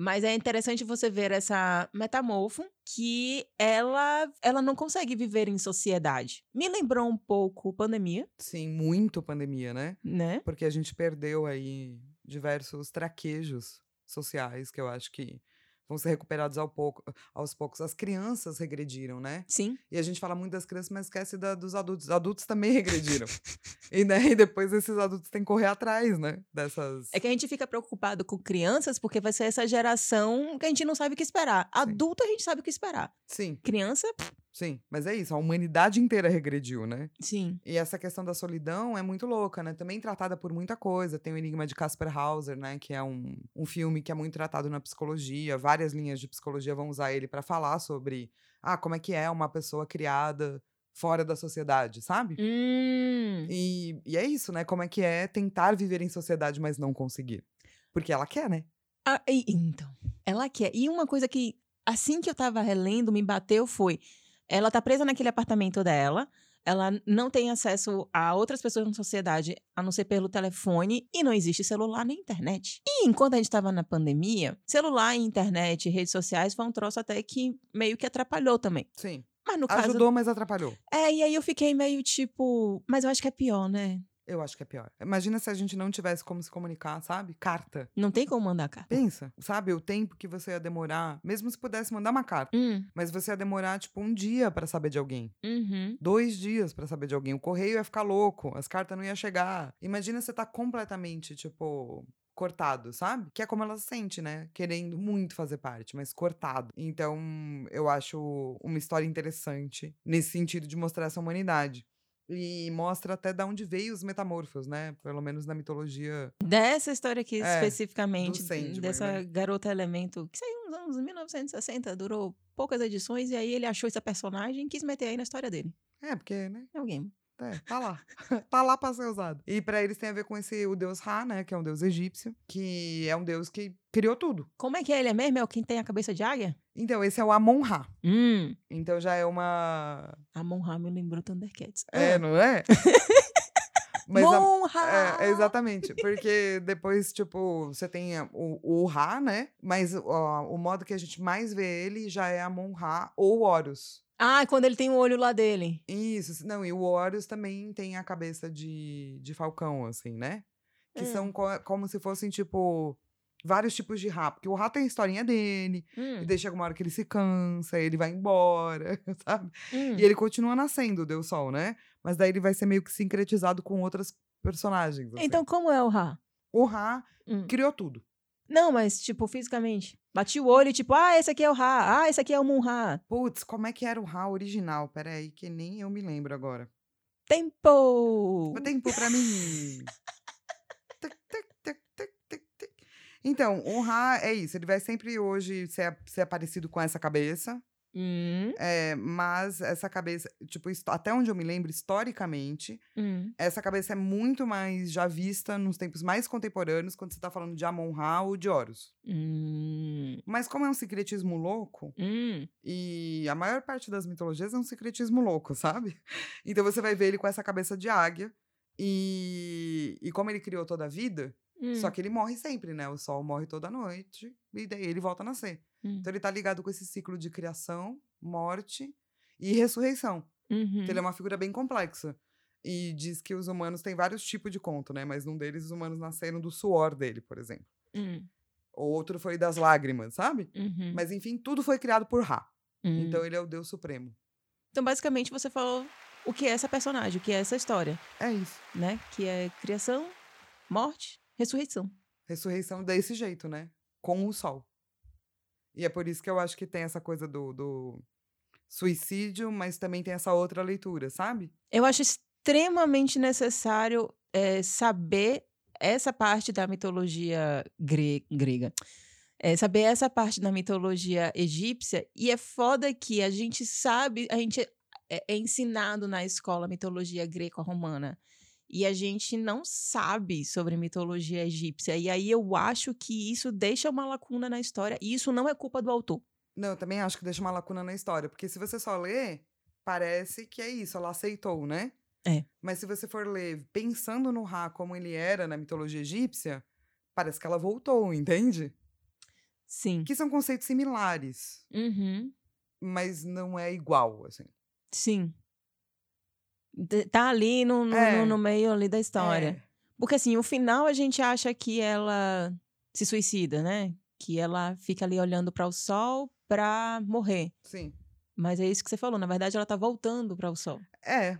Speaker 2: Mas é interessante você ver essa metamorfo que ela, ela não consegue viver em sociedade. Me lembrou um pouco pandemia,
Speaker 1: Sim, muito pandemia, né?
Speaker 2: né?
Speaker 1: Porque a gente perdeu aí diversos traquejos sociais que eu acho que vão ser recuperados ao pouco, aos poucos. As crianças regrediram, né?
Speaker 2: Sim.
Speaker 1: E a gente fala muito das crianças, mas esquece da- dos adultos. Os adultos também regrediram. e, né, e depois esses adultos têm que correr atrás, né? Dessas.
Speaker 2: É que a gente fica preocupado com crianças porque vai ser essa geração que a gente não sabe o que esperar. Adulto a gente sabe o que esperar.
Speaker 1: Sim,
Speaker 2: Criança, pff,
Speaker 1: sim. Mas é isso, a humanidade inteira regrediu, né?
Speaker 2: sim.
Speaker 1: E essa questão da solidão é muito louca, né? Também tratada por muita coisa. Tem o Enigma de Casper Hauser, né? Que é um, um filme que é muito tratado na psicologia. Várias linhas de psicologia vão usar ele pra falar sobre ah, como é que é uma pessoa criada fora da sociedade, sabe?
Speaker 2: Hum.
Speaker 1: E, e é isso, né? Como é que é tentar viver em sociedade, mas não conseguir. Porque ela quer, né?
Speaker 2: Ah, e- então, ela quer. E uma coisa que, assim que eu tava relendo, me bateu foi: ela tá presa naquele apartamento dela, ela não tem acesso a outras pessoas na sociedade, a não ser pelo telefone, e não existe celular nem internet. E enquanto a gente tava na pandemia, celular, internet, redes sociais foi um troço até que meio que atrapalhou também.
Speaker 1: Sim.
Speaker 2: Mas no caso
Speaker 1: Ajudou, mas atrapalhou.
Speaker 2: É, e aí eu fiquei meio tipo, mas eu acho que é pior, né?
Speaker 1: Eu acho que é pior. Imagina se a gente não tivesse como se comunicar, sabe? Carta.
Speaker 2: Não tem como mandar carta.
Speaker 1: Pensa, sabe? O tempo que você ia demorar, mesmo se pudesse mandar uma carta,
Speaker 2: Hum,
Speaker 1: mas você ia demorar, tipo, um dia pra saber de alguém.
Speaker 2: uhum.
Speaker 1: Dois dias pra saber de alguém. O correio ia ficar louco, as cartas não iam chegar. Imagina você tá completamente, tipo, cortado, sabe? Que é como ela se sente, né? Querendo muito fazer parte, mas cortado. Então, eu acho uma história interessante nesse sentido de mostrar essa humanidade. E mostra até de onde veio os metamorfos, né? Pelo menos na mitologia.
Speaker 2: Dessa história aqui
Speaker 1: É,
Speaker 2: especificamente,
Speaker 1: do Sandman,
Speaker 2: dessa
Speaker 1: né?
Speaker 2: garota elemento, que saiu nos anos 1960, durou poucas edições, e aí ele achou essa personagem e quis meter aí na história dele.
Speaker 1: É, porque, né?
Speaker 2: É o game.
Speaker 1: É, tá lá. tá lá pra ser usado. E pra eles tem a ver com esse o deus Ra, né? Que é um deus egípcio, que é um deus que criou tudo.
Speaker 2: Como é que é ele é mesmo? É o quem tem a cabeça de águia?
Speaker 1: Então, esse é o Amon Ra.
Speaker 2: Hum.
Speaker 1: Então já é uma.
Speaker 2: A Monra me lembrou Thundercats.
Speaker 1: É,
Speaker 2: Ah,
Speaker 1: não é? Mas a-
Speaker 2: Monra!
Speaker 1: é, é, exatamente. Porque depois, tipo, você tem a- o, o Ra, né? Mas ó, o modo que a gente mais vê ele já é Amon Ra ou Horus.
Speaker 2: Ah, quando ele tem o olho lá dele.
Speaker 1: Isso, não, e o Horus também tem a cabeça de, de falcão, assim, né? Que
Speaker 2: Hum.
Speaker 1: são co- como se fossem, tipo, vários tipos de Ra. Porque o Ra tem a historinha dele,
Speaker 2: Hum,
Speaker 1: e daí chega uma hora que ele se cansa, ele vai embora, sabe?
Speaker 2: hum.
Speaker 1: E ele continua nascendo, o Deus Sol, né? Mas daí ele vai ser meio que sincretizado com outras personagens. assim.
Speaker 2: Então, como é o Ra?
Speaker 1: O Ra
Speaker 2: Hum.
Speaker 1: criou tudo.
Speaker 2: Não, mas, tipo, fisicamente. Bati o olho e, tipo, ah, esse aqui é o Ra, ah, esse aqui é o Mun-Ra.
Speaker 1: Putz, como é que era o Ra original? Peraí, que nem eu me lembro agora.
Speaker 2: Tempo!
Speaker 1: Vou tempo pra mim. Tic, tic, tic, tic, tic, tic. Então, o Ra é isso. Ele vai sempre hoje ser, ser parecido com essa cabeça.
Speaker 2: Hum,
Speaker 1: é, mas essa cabeça, tipo, his- até onde eu me lembro, historicamente,
Speaker 2: hum.
Speaker 1: essa cabeça é muito mais já vista nos tempos mais contemporâneos, quando você tá falando de Amon-Ra ou de Horus.
Speaker 2: Hum,
Speaker 1: Mas como é um secretismo louco,
Speaker 2: hum.
Speaker 1: e a maior parte das mitologias é um secretismo louco, sabe? Então você vai ver ele com essa cabeça de águia, e, e como ele criou toda a vida,
Speaker 2: Hum.
Speaker 1: só que ele morre sempre, né? O sol morre toda noite, e daí ele volta a nascer.
Speaker 2: Hum.
Speaker 1: Então ele tá ligado com esse ciclo de criação, morte e ressurreição.
Speaker 2: Uhum.
Speaker 1: Então, ele é uma figura bem complexa. E diz que os humanos têm vários tipos de conto, né? Mas num deles, os humanos nasceram do suor dele, por exemplo.
Speaker 2: Hum,
Speaker 1: Ou outro foi das lágrimas, sabe?
Speaker 2: uhum,
Speaker 1: Mas enfim, tudo foi criado por Ra.
Speaker 2: hum.
Speaker 1: Então ele é o Deus Supremo.
Speaker 2: Então, basicamente, você falou o que é essa personagem, o que é essa história,
Speaker 1: É isso.
Speaker 2: né? Que é criação, morte, ressurreição.
Speaker 1: Ressurreição desse jeito, né? Com o sol. E é por isso que eu acho que tem essa coisa do, do suicídio, mas também tem essa outra leitura, sabe?
Speaker 2: Eu acho extremamente necessário eh, saber essa parte da mitologia gre- grega. Eh, saber essa parte da mitologia egípcia. E é foda que a gente sabe, a gente é, é ensinado na escola mitologia greco-romana. E a gente não sabe sobre mitologia egípcia. E aí eu acho que isso deixa uma lacuna na história. E isso não é culpa do autor.
Speaker 1: Não, eu também acho que deixa uma lacuna na história, porque se você só lê, parece que é isso, ela aceitou, né?
Speaker 2: É.
Speaker 1: Mas se você for ler pensando no Ra como ele era na mitologia egípcia, parece que ela voltou, entende?
Speaker 2: Sim.
Speaker 1: Que são conceitos similares,
Speaker 2: Uhum.
Speaker 1: mas não é igual, assim.
Speaker 2: Sim. De- Tá ali no, no,
Speaker 1: É.
Speaker 2: no- no meio ali da história. Porque assim, o final a gente acha que ela se suicida, né? Que ela fica ali olhando para o sol pra morrer.
Speaker 1: É, sim.
Speaker 2: Mas é isso que você falou, na verdade ela tá voltando para o sol.
Speaker 1: É.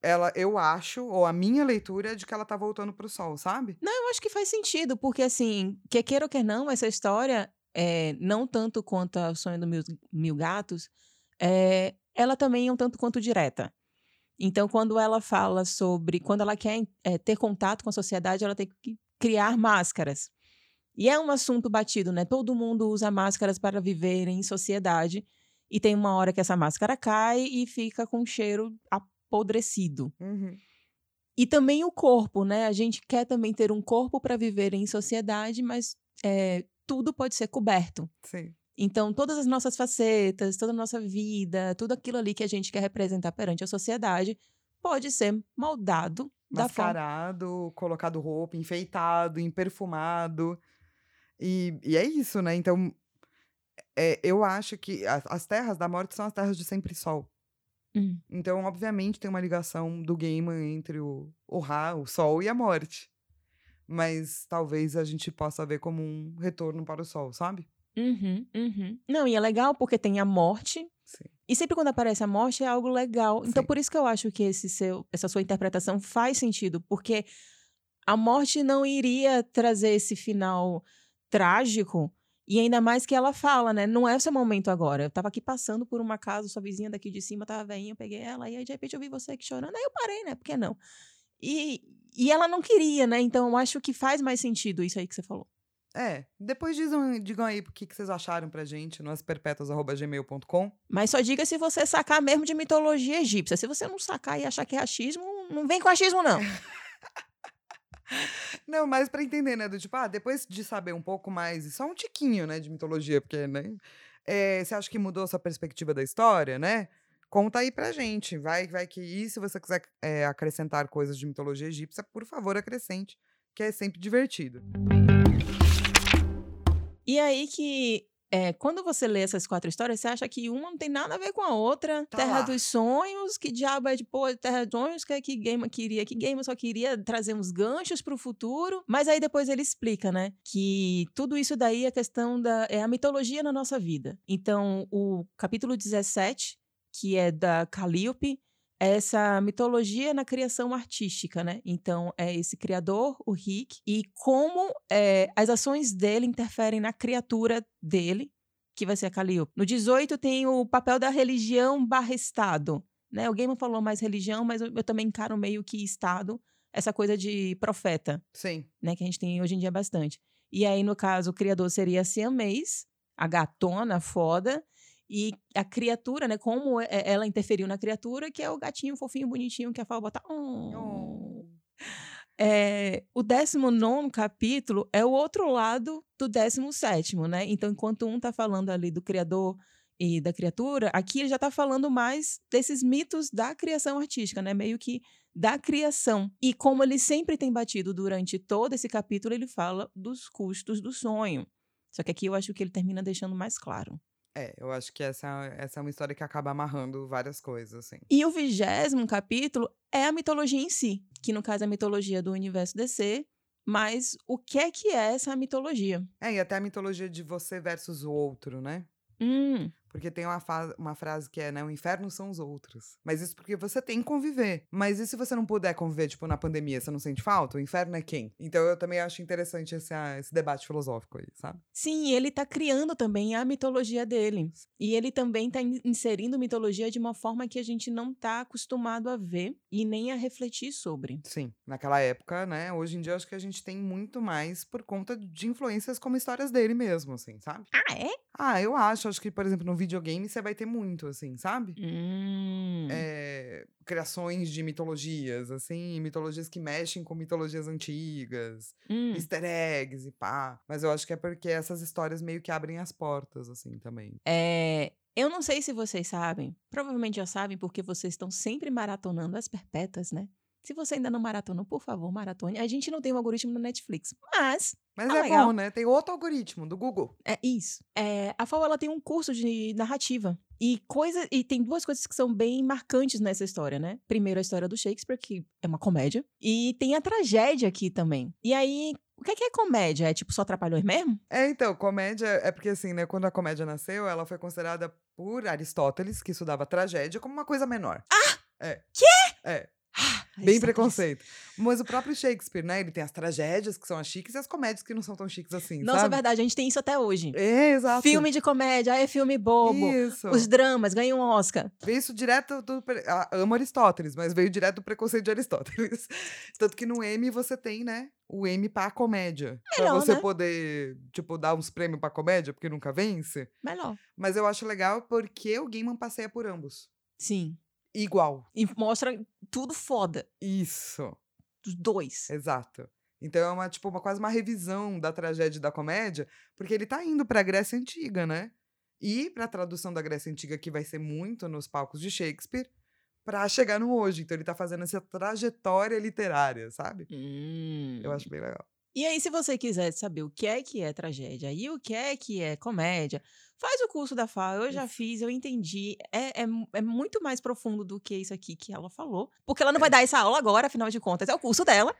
Speaker 1: Ela, eu acho, ou a minha leitura é de que ela tá voltando pro sol, sabe?
Speaker 2: Não, eu acho que faz sentido, porque assim, quer queira ou quer não, essa história, é, não tanto quanto a o sonho do Mil, Mil Gatos, é, ela também é um tanto quanto direta. Então, quando ela fala sobre. Quando ela quer é, ter contato com a sociedade, ela tem que criar máscaras. E é um assunto batido, né? Todo mundo usa máscaras para viver em sociedade. E tem uma hora que essa máscara cai e fica com um cheiro apodrecido.
Speaker 1: Uhum.
Speaker 2: E também o corpo, né? A gente quer também ter um corpo para viver em sociedade, mas é, tudo pode ser coberto.
Speaker 1: Sim.
Speaker 2: Então, todas as nossas facetas, toda a nossa vida, tudo aquilo ali que a gente quer representar perante a sociedade pode ser moldado da forma.
Speaker 1: Mascarado, colocado roupa, enfeitado, emperfumado. E, e é isso, né? Então, é, eu acho que a- as terras da morte são as terras de sempre sol.
Speaker 2: Hum.
Speaker 1: Então, obviamente, tem uma ligação do Gaiman entre o, o Ra, o sol e a morte. Mas talvez a gente possa ver como um retorno para o sol, sabe?
Speaker 2: Uhum, uhum. Não, e é legal porque tem a morte.
Speaker 1: Sim.
Speaker 2: E sempre quando aparece a morte é algo legal. Então,
Speaker 1: Sim.
Speaker 2: por isso que eu acho que esse seu, essa sua interpretação faz sentido, porque a morte não iria trazer esse final trágico. E ainda mais que ela fala, né? Não é o seu momento agora. Eu tava aqui passando por uma casa, sua vizinha daqui de cima tava veinha, eu peguei ela, e aí de repente eu vi você aqui chorando. Aí eu parei, né? Por que não? E, e ela não queria, né? Então eu acho que faz mais sentido isso aí que você falou.
Speaker 1: É, depois dizam, digam aí o que, que vocês acharam pra gente no asperpetuas.gmail.com.
Speaker 2: Mas só diga se você sacar mesmo de mitologia egípcia. Se você não sacar e achar que é achismo, não vem com achismo, não.
Speaker 1: Não, mas pra entender, né? Do tipo, ah, depois de saber um pouco mais, e só um tiquinho, né, de mitologia, porque, né? é, você acha que mudou sua perspectiva da história, né? Conta aí pra gente. Vai, vai que. E se você quiser é, acrescentar coisas de mitologia egípcia, por favor, acrescente, que é sempre divertido.
Speaker 2: E aí que. é, quando você lê essas quatro histórias, você acha que uma não tem nada a ver com a outra.
Speaker 1: Tá
Speaker 2: terra
Speaker 1: lá.
Speaker 2: dos sonhos, que diabo é de pô, Terra dos sonhos, que é que Gaiman queria, que Gaiman só queria trazer uns ganchos pro futuro. Mas aí depois ele explica, né, que tudo isso daí é questão da é a mitologia na nossa vida. Então, o capítulo 17, que é da Calíope, é essa mitologia na criação artística, né? Então, é esse criador, o Rick, e como é, as ações dele interferem na criatura dele, que vai ser a Calíope. No 18 tem o papel da religião barra Estado, né? O Gaiman falou mais religião, mas eu, eu também encaro meio que Estado, essa coisa de profeta,
Speaker 1: Sim.
Speaker 2: né? Que a gente tem hoje em dia bastante. E aí, no caso, o criador seria assim, a Siamês, a gatona foda, e a criatura, né? Como é- é- ela interferiu na criatura, que é o gatinho fofinho, bonitinho, que a Fala bota...
Speaker 1: Hum.
Speaker 2: "Oh". É, o 19 capítulo é o outro lado do 17, né? Então, enquanto um tá falando ali do criador e da criatura, aqui ele já tá falando mais desses mitos da criação artística, né? Meio que da criação. E como ele sempre tem batido durante todo esse capítulo, ele fala dos custos do sonho. Só que aqui eu acho que ele termina deixando mais claro.
Speaker 1: É, eu acho que essa, essa é uma história que acaba amarrando várias coisas, assim.
Speaker 2: E o vigésimo capítulo é a mitologia em si, que no caso é a mitologia do universo DC, mas o que é que é essa mitologia?
Speaker 1: É, e até a mitologia de você versus o outro, né?
Speaker 2: Hum,
Speaker 1: Porque tem uma, fa- uma frase que é, né? O inferno são os outros. Mas isso porque você tem que conviver. Mas e se você não puder conviver, tipo, na pandemia, você não sente falta? O inferno é quem? Então eu também acho interessante esse, ah, esse debate filosófico aí, sabe?
Speaker 2: Sim, ele está criando também a mitologia dele. E ele também está inserindo mitologia de uma forma que a gente não está acostumado a ver e nem a refletir sobre.
Speaker 1: Sim. Naquela época, né? Hoje em dia eu acho que a gente tem muito mais por conta de influências como histórias dele mesmo, assim, sabe?
Speaker 2: Ah, é?
Speaker 1: Ah, eu acho. Acho que, por exemplo, no videogame você vai ter muito, assim, sabe?
Speaker 2: Hum.
Speaker 1: é, criações de mitologias, assim, mitologias que mexem com mitologias antigas,
Speaker 2: Hum.
Speaker 1: easter eggs e pá. Mas eu acho que é porque essas histórias meio que abrem as portas, assim, também.
Speaker 2: É, eu não sei se vocês sabem, provavelmente já sabem, porque vocês estão sempre maratonando as perpétuas, né? Se você ainda não maratonou, por favor, maratone. A gente não tem um algoritmo no Netflix, mas
Speaker 1: Mas
Speaker 2: Ah,
Speaker 1: é
Speaker 2: legal.
Speaker 1: bom, né? Tem outro algoritmo do Google.
Speaker 2: é isso. É, a FAO ela tem um curso de narrativa. E, coisa, e tem duas coisas que são bem marcantes nessa história, né? Primeiro, a história do Shakespeare, que é uma comédia. E tem a tragédia aqui também. E aí, o que é, que é comédia? É tipo só trapalhões mesmo?
Speaker 1: É, então, comédia. É porque, assim, né? Quando a comédia nasceu, ela foi considerada por Aristóteles, que estudava tragédia, como uma coisa menor.
Speaker 2: Ah,
Speaker 1: Bem preconceito. Mas o próprio Shakespeare, né? Ele tem as tragédias que são as chiques e as comédias que não são tão chiques assim.
Speaker 2: Nossa, é
Speaker 1: sabe?
Speaker 2: verdade, a gente tem isso até hoje.
Speaker 1: É, exato.
Speaker 2: Filme de comédia, aí é filme bobo.
Speaker 1: Isso.
Speaker 2: Os dramas ganham um Oscar.
Speaker 1: Veio isso direto do. pre- Ah, amo Aristóteles, mas veio direto do preconceito de Aristóteles. Tanto que no M você tem, né? O M pra comédia. pra
Speaker 2: Melhor,
Speaker 1: você
Speaker 2: né?
Speaker 1: poder, tipo, dar uns prêmios pra comédia, porque nunca vence.
Speaker 2: Melhor.
Speaker 1: Mas eu acho legal porque o Gaiman passeia por ambos.
Speaker 2: Sim.
Speaker 1: Igual.
Speaker 2: E mostra tudo foda.
Speaker 1: Isso.
Speaker 2: Dos dois.
Speaker 1: Exato. Então é uma, tipo, uma, quase uma revisão da tragédia e da comédia, porque ele tá indo pra Grécia Antiga, né? E pra tradução da Grécia Antiga, que vai ser muito nos palcos de Shakespeare, pra chegar no hoje. Então ele tá fazendo essa trajetória literária, sabe?
Speaker 2: Hum.
Speaker 1: Eu acho bem legal.
Speaker 2: E aí, se você quiser saber o que é que é tragédia e o que é que é comédia, faz o curso da FAO. Eu já fiz, eu entendi. É, é, mu- é muito mais profundo do que isso aqui que ela falou. Porque ela não vai dar essa aula agora, afinal de contas, é o curso dela.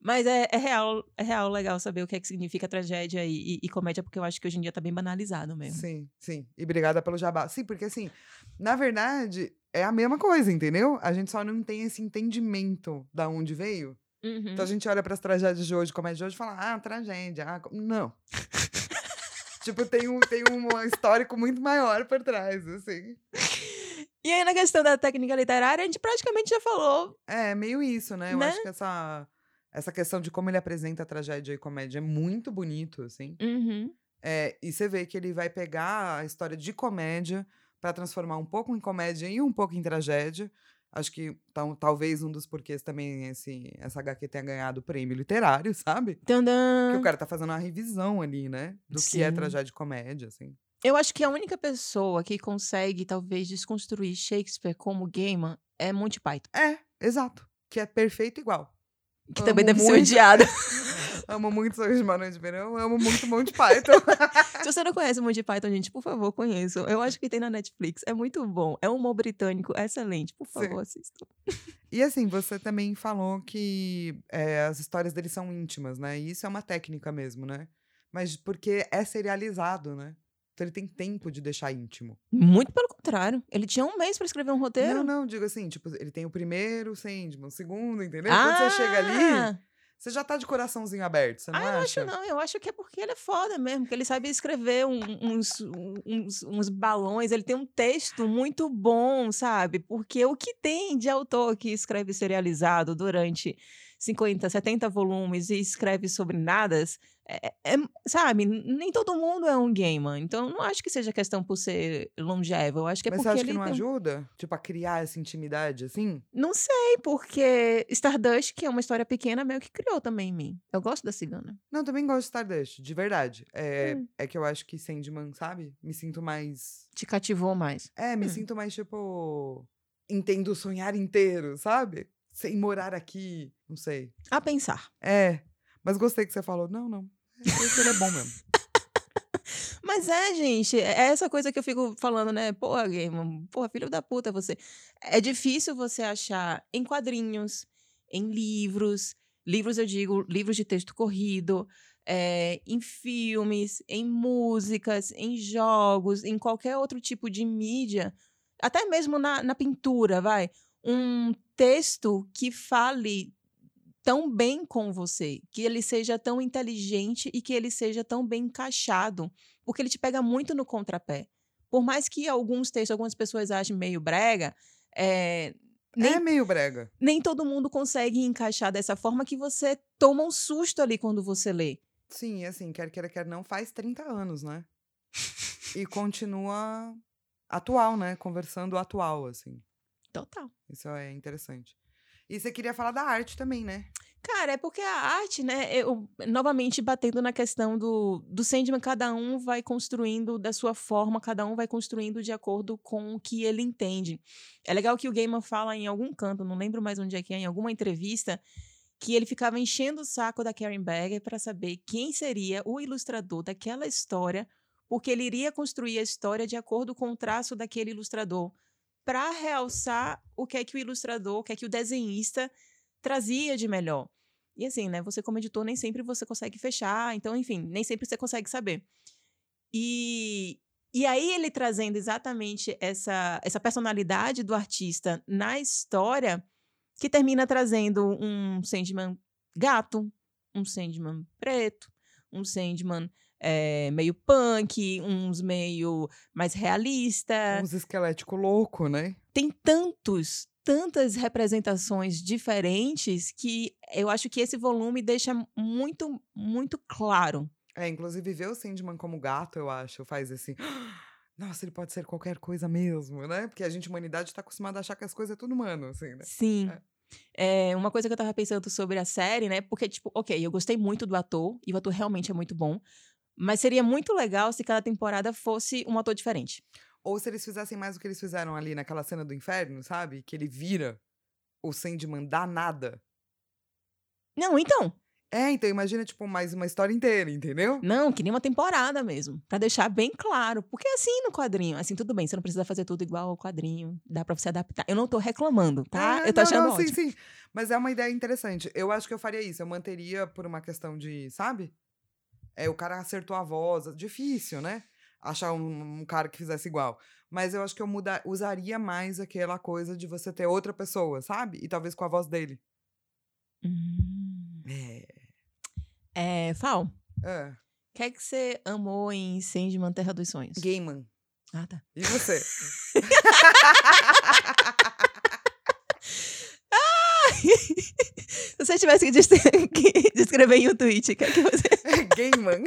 Speaker 2: Mas é, é real, é real legal saber o que é que significa tragédia e, e- e comédia, porque eu acho que hoje em dia tá bem banalizado mesmo.
Speaker 1: Sim, sim. E obrigada pelo jabá. Sim, porque assim, na verdade, é a mesma coisa, entendeu? A gente só não tem esse entendimento da onde veio.
Speaker 2: Uhum.
Speaker 1: Então a gente olha pras tragédias de hoje, comédia de hoje, e fala, ah, tragédia. Ah, co- não. tipo, tem um, tem um histórico muito maior por trás, assim.
Speaker 2: E aí, na questão da técnica literária, a gente praticamente já falou
Speaker 1: É, meio isso, né? Eu
Speaker 2: Né?
Speaker 1: acho que essa, essa questão de como ele apresenta a tragédia e comédia é muito bonito, assim.
Speaker 2: Uhum.
Speaker 1: É, e você vê que ele vai pegar a história de comédia para transformar um pouco em comédia e um pouco em tragédia. Acho que tal- talvez um dos porquês também esse, essa HQ tenha ganhado o prêmio literário, sabe?
Speaker 2: Tandã.
Speaker 1: Que o cara tá fazendo uma revisão ali, né? Do que é
Speaker 2: Sim.
Speaker 1: tragédia e comédia, assim.
Speaker 2: Eu acho que a única pessoa que consegue, talvez, desconstruir Shakespeare como Gaiman é Monty Python.
Speaker 1: É, exato. Que é perfeito igual.
Speaker 2: Que
Speaker 1: Amo
Speaker 2: também deve ser
Speaker 1: muito.
Speaker 2: odiado.
Speaker 1: Amo muito Sorriso de Barão de Verão, amo muito Monty Python.
Speaker 2: Se você não conhece Monty Python, gente, por favor, conheçam. Eu acho que tem na Netflix. É muito bom. É um humor britânico excelente. Por
Speaker 1: Sim.
Speaker 2: favor, assistam.
Speaker 1: e assim, você também falou que é, as histórias dele são íntimas, né? E isso é uma técnica mesmo, né? Mas porque é serializado, né? Então ele tem tempo de deixar íntimo.
Speaker 2: Muito pelo contrário. Ele tinha um mês pra escrever um
Speaker 1: Não,
Speaker 2: roteiro.
Speaker 1: não, digo assim, tipo, ele tem o primeiro, o Sandman, o segundo, entendeu? Quando você chega ali,
Speaker 2: Ah!
Speaker 1: você já tá de coraçãozinho aberto, você não
Speaker 2: Ah,
Speaker 1: acha?
Speaker 2: eu acho não. Eu acho que é porque ele é foda mesmo. Que ele sabe escrever um- uns, uns, uns balões. Ele tem um texto muito bom, sabe? Porque o que tem de autor que escreve serializado durante 50, 70 volumes e escreve sobre nadas, é- é- sabe? Nem todo mundo é um gamer. Então, eu não acho que seja questão por ser longevo. Eu acho que é
Speaker 1: Mas você
Speaker 2: porque
Speaker 1: acha
Speaker 2: ele
Speaker 1: que não
Speaker 2: tem um-
Speaker 1: ajuda? Tipo, a criar essa intimidade, assim?
Speaker 2: Não sei, porque Stardust, que é uma história pequena, meio que criou também em mim. Eu gosto da cigana.
Speaker 1: Não, também gosto de Stardust, de verdade. É,
Speaker 2: Hum.
Speaker 1: é que eu acho que Sandman, sabe? Me sinto mais.
Speaker 2: Te cativou mais.
Speaker 1: É, me
Speaker 2: Hum.
Speaker 1: sinto mais, tipo. Entendo o sonhar inteiro, sabe? Sem morar aqui, não sei.
Speaker 2: A pensar.
Speaker 1: É. Mas gostei que você falou. Não, não. Esse ele é bom mesmo.
Speaker 2: Mas é, gente, é essa coisa que eu fico falando, né? Porra, Gaiman, porra, filho da puta você. É difícil você achar em quadrinhos, em livros, livros eu digo, livros de texto corrido, é, em filmes, em músicas, em jogos, em qualquer outro tipo de mídia, até mesmo na, na pintura, vai. Um texto que fale tão bem com você, que ele seja tão inteligente e que ele seja tão bem encaixado porque ele te pega muito no contrapé. Por mais que alguns textos, algumas pessoas achem meio brega, é, nem,
Speaker 1: É meio brega.
Speaker 2: nem todo mundo consegue encaixar dessa forma que você toma um susto ali quando você lê.
Speaker 1: é Sim, assim, quer queira, quer não, faz 30 anos, né? E continua atual, né? Conversando o atual, assim.
Speaker 2: Total.
Speaker 1: Isso é interessante. E você queria falar da arte também, né?
Speaker 2: Cara, é porque a arte, né? Eu, novamente batendo na questão do, do Sandman, cada um vai construindo da sua forma, cada um vai construindo de acordo com o que ele entende. É legal que o Gaiman fala em algum canto, não lembro mais onde é que é, em alguma entrevista, que ele ficava enchendo o saco da Karen Bagger para saber quem seria o ilustrador daquela história, porque ele iria construir a história de acordo com o traço daquele ilustrador, para realçar o que é que o ilustrador, o que é que o desenhista trazia de melhor. E assim, né? Você, como editor, nem sempre você consegue fechar, então, enfim, nem sempre você consegue saber. E, e aí, ele trazendo exatamente essa, essa personalidade do artista na história, que termina trazendo um Sandman gato, um Sandman preto, um Sandman é, meio punk, uns meio mais realista.
Speaker 1: Uns esqueléticos louco, né?
Speaker 2: Tem tantos, tantas representações diferentes que eu acho que esse volume deixa muito, muito claro.
Speaker 1: É, inclusive ver o Sandman como gato, eu acho, faz esse. Nossa, ele pode ser qualquer coisa mesmo, né? Porque a gente, humanidade, tá acostumada a achar que as coisas é tudo humano, assim, né?
Speaker 2: Sim. É, uma coisa que eu tava pensando sobre a série, né? Porque, tipo, ok, eu gostei muito do ator, e o ator realmente é muito bom. Mas seria muito legal se cada temporada fosse um ator diferente.
Speaker 1: Ou se eles fizessem mais o que eles fizeram ali naquela cena do inferno, sabe? Que ele vira o Sandman danada.
Speaker 2: Não, então.
Speaker 1: É, então imagina, tipo, mais uma história inteira, entendeu?
Speaker 2: Não, que nem uma temporada mesmo. Pra deixar bem claro. Porque é assim no quadrinho, assim, tudo bem, você não precisa fazer tudo igual ao quadrinho. Dá pra você adaptar. Eu não tô reclamando, tá?
Speaker 1: É,
Speaker 2: eu tô
Speaker 1: não,
Speaker 2: achando
Speaker 1: não,
Speaker 2: ótimo.
Speaker 1: Sim, sim. Mas é uma ideia interessante. Eu acho que eu faria isso. Eu manteria por uma questão de, sabe? É, o cara acertou a voz. Difícil, né? Achar um, um cara que fizesse igual. Mas eu acho que eu muda, usaria mais aquela coisa de você ter outra pessoa, sabe? E talvez com a voz dele.
Speaker 2: Hum.
Speaker 1: É.
Speaker 2: É, Fal, o
Speaker 1: é.
Speaker 2: que é que você amou em Sandman Terra dos Sonhos?
Speaker 1: Gaiman.
Speaker 2: Ah, tá.
Speaker 1: E você?
Speaker 2: Se você tivesse que, descre- que descrever em um tweet, o que é que você...
Speaker 1: Gaiman.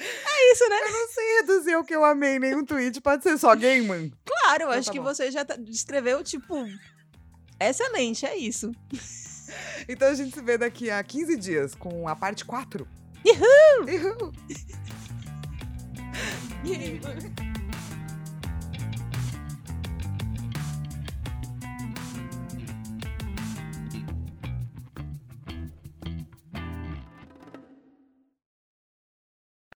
Speaker 2: É isso, né?
Speaker 1: Eu não sei reduzir o que eu amei em nenhum tweet. Pode ser só Gaiman.
Speaker 2: Claro, eu
Speaker 1: Então
Speaker 2: acho
Speaker 1: tá
Speaker 2: que
Speaker 1: bom.
Speaker 2: você já tá- descreveu, tipo... Excelente, é isso.
Speaker 1: Então a gente se vê daqui a 15 dias com a parte 4. Uhul!
Speaker 2: Gaiman.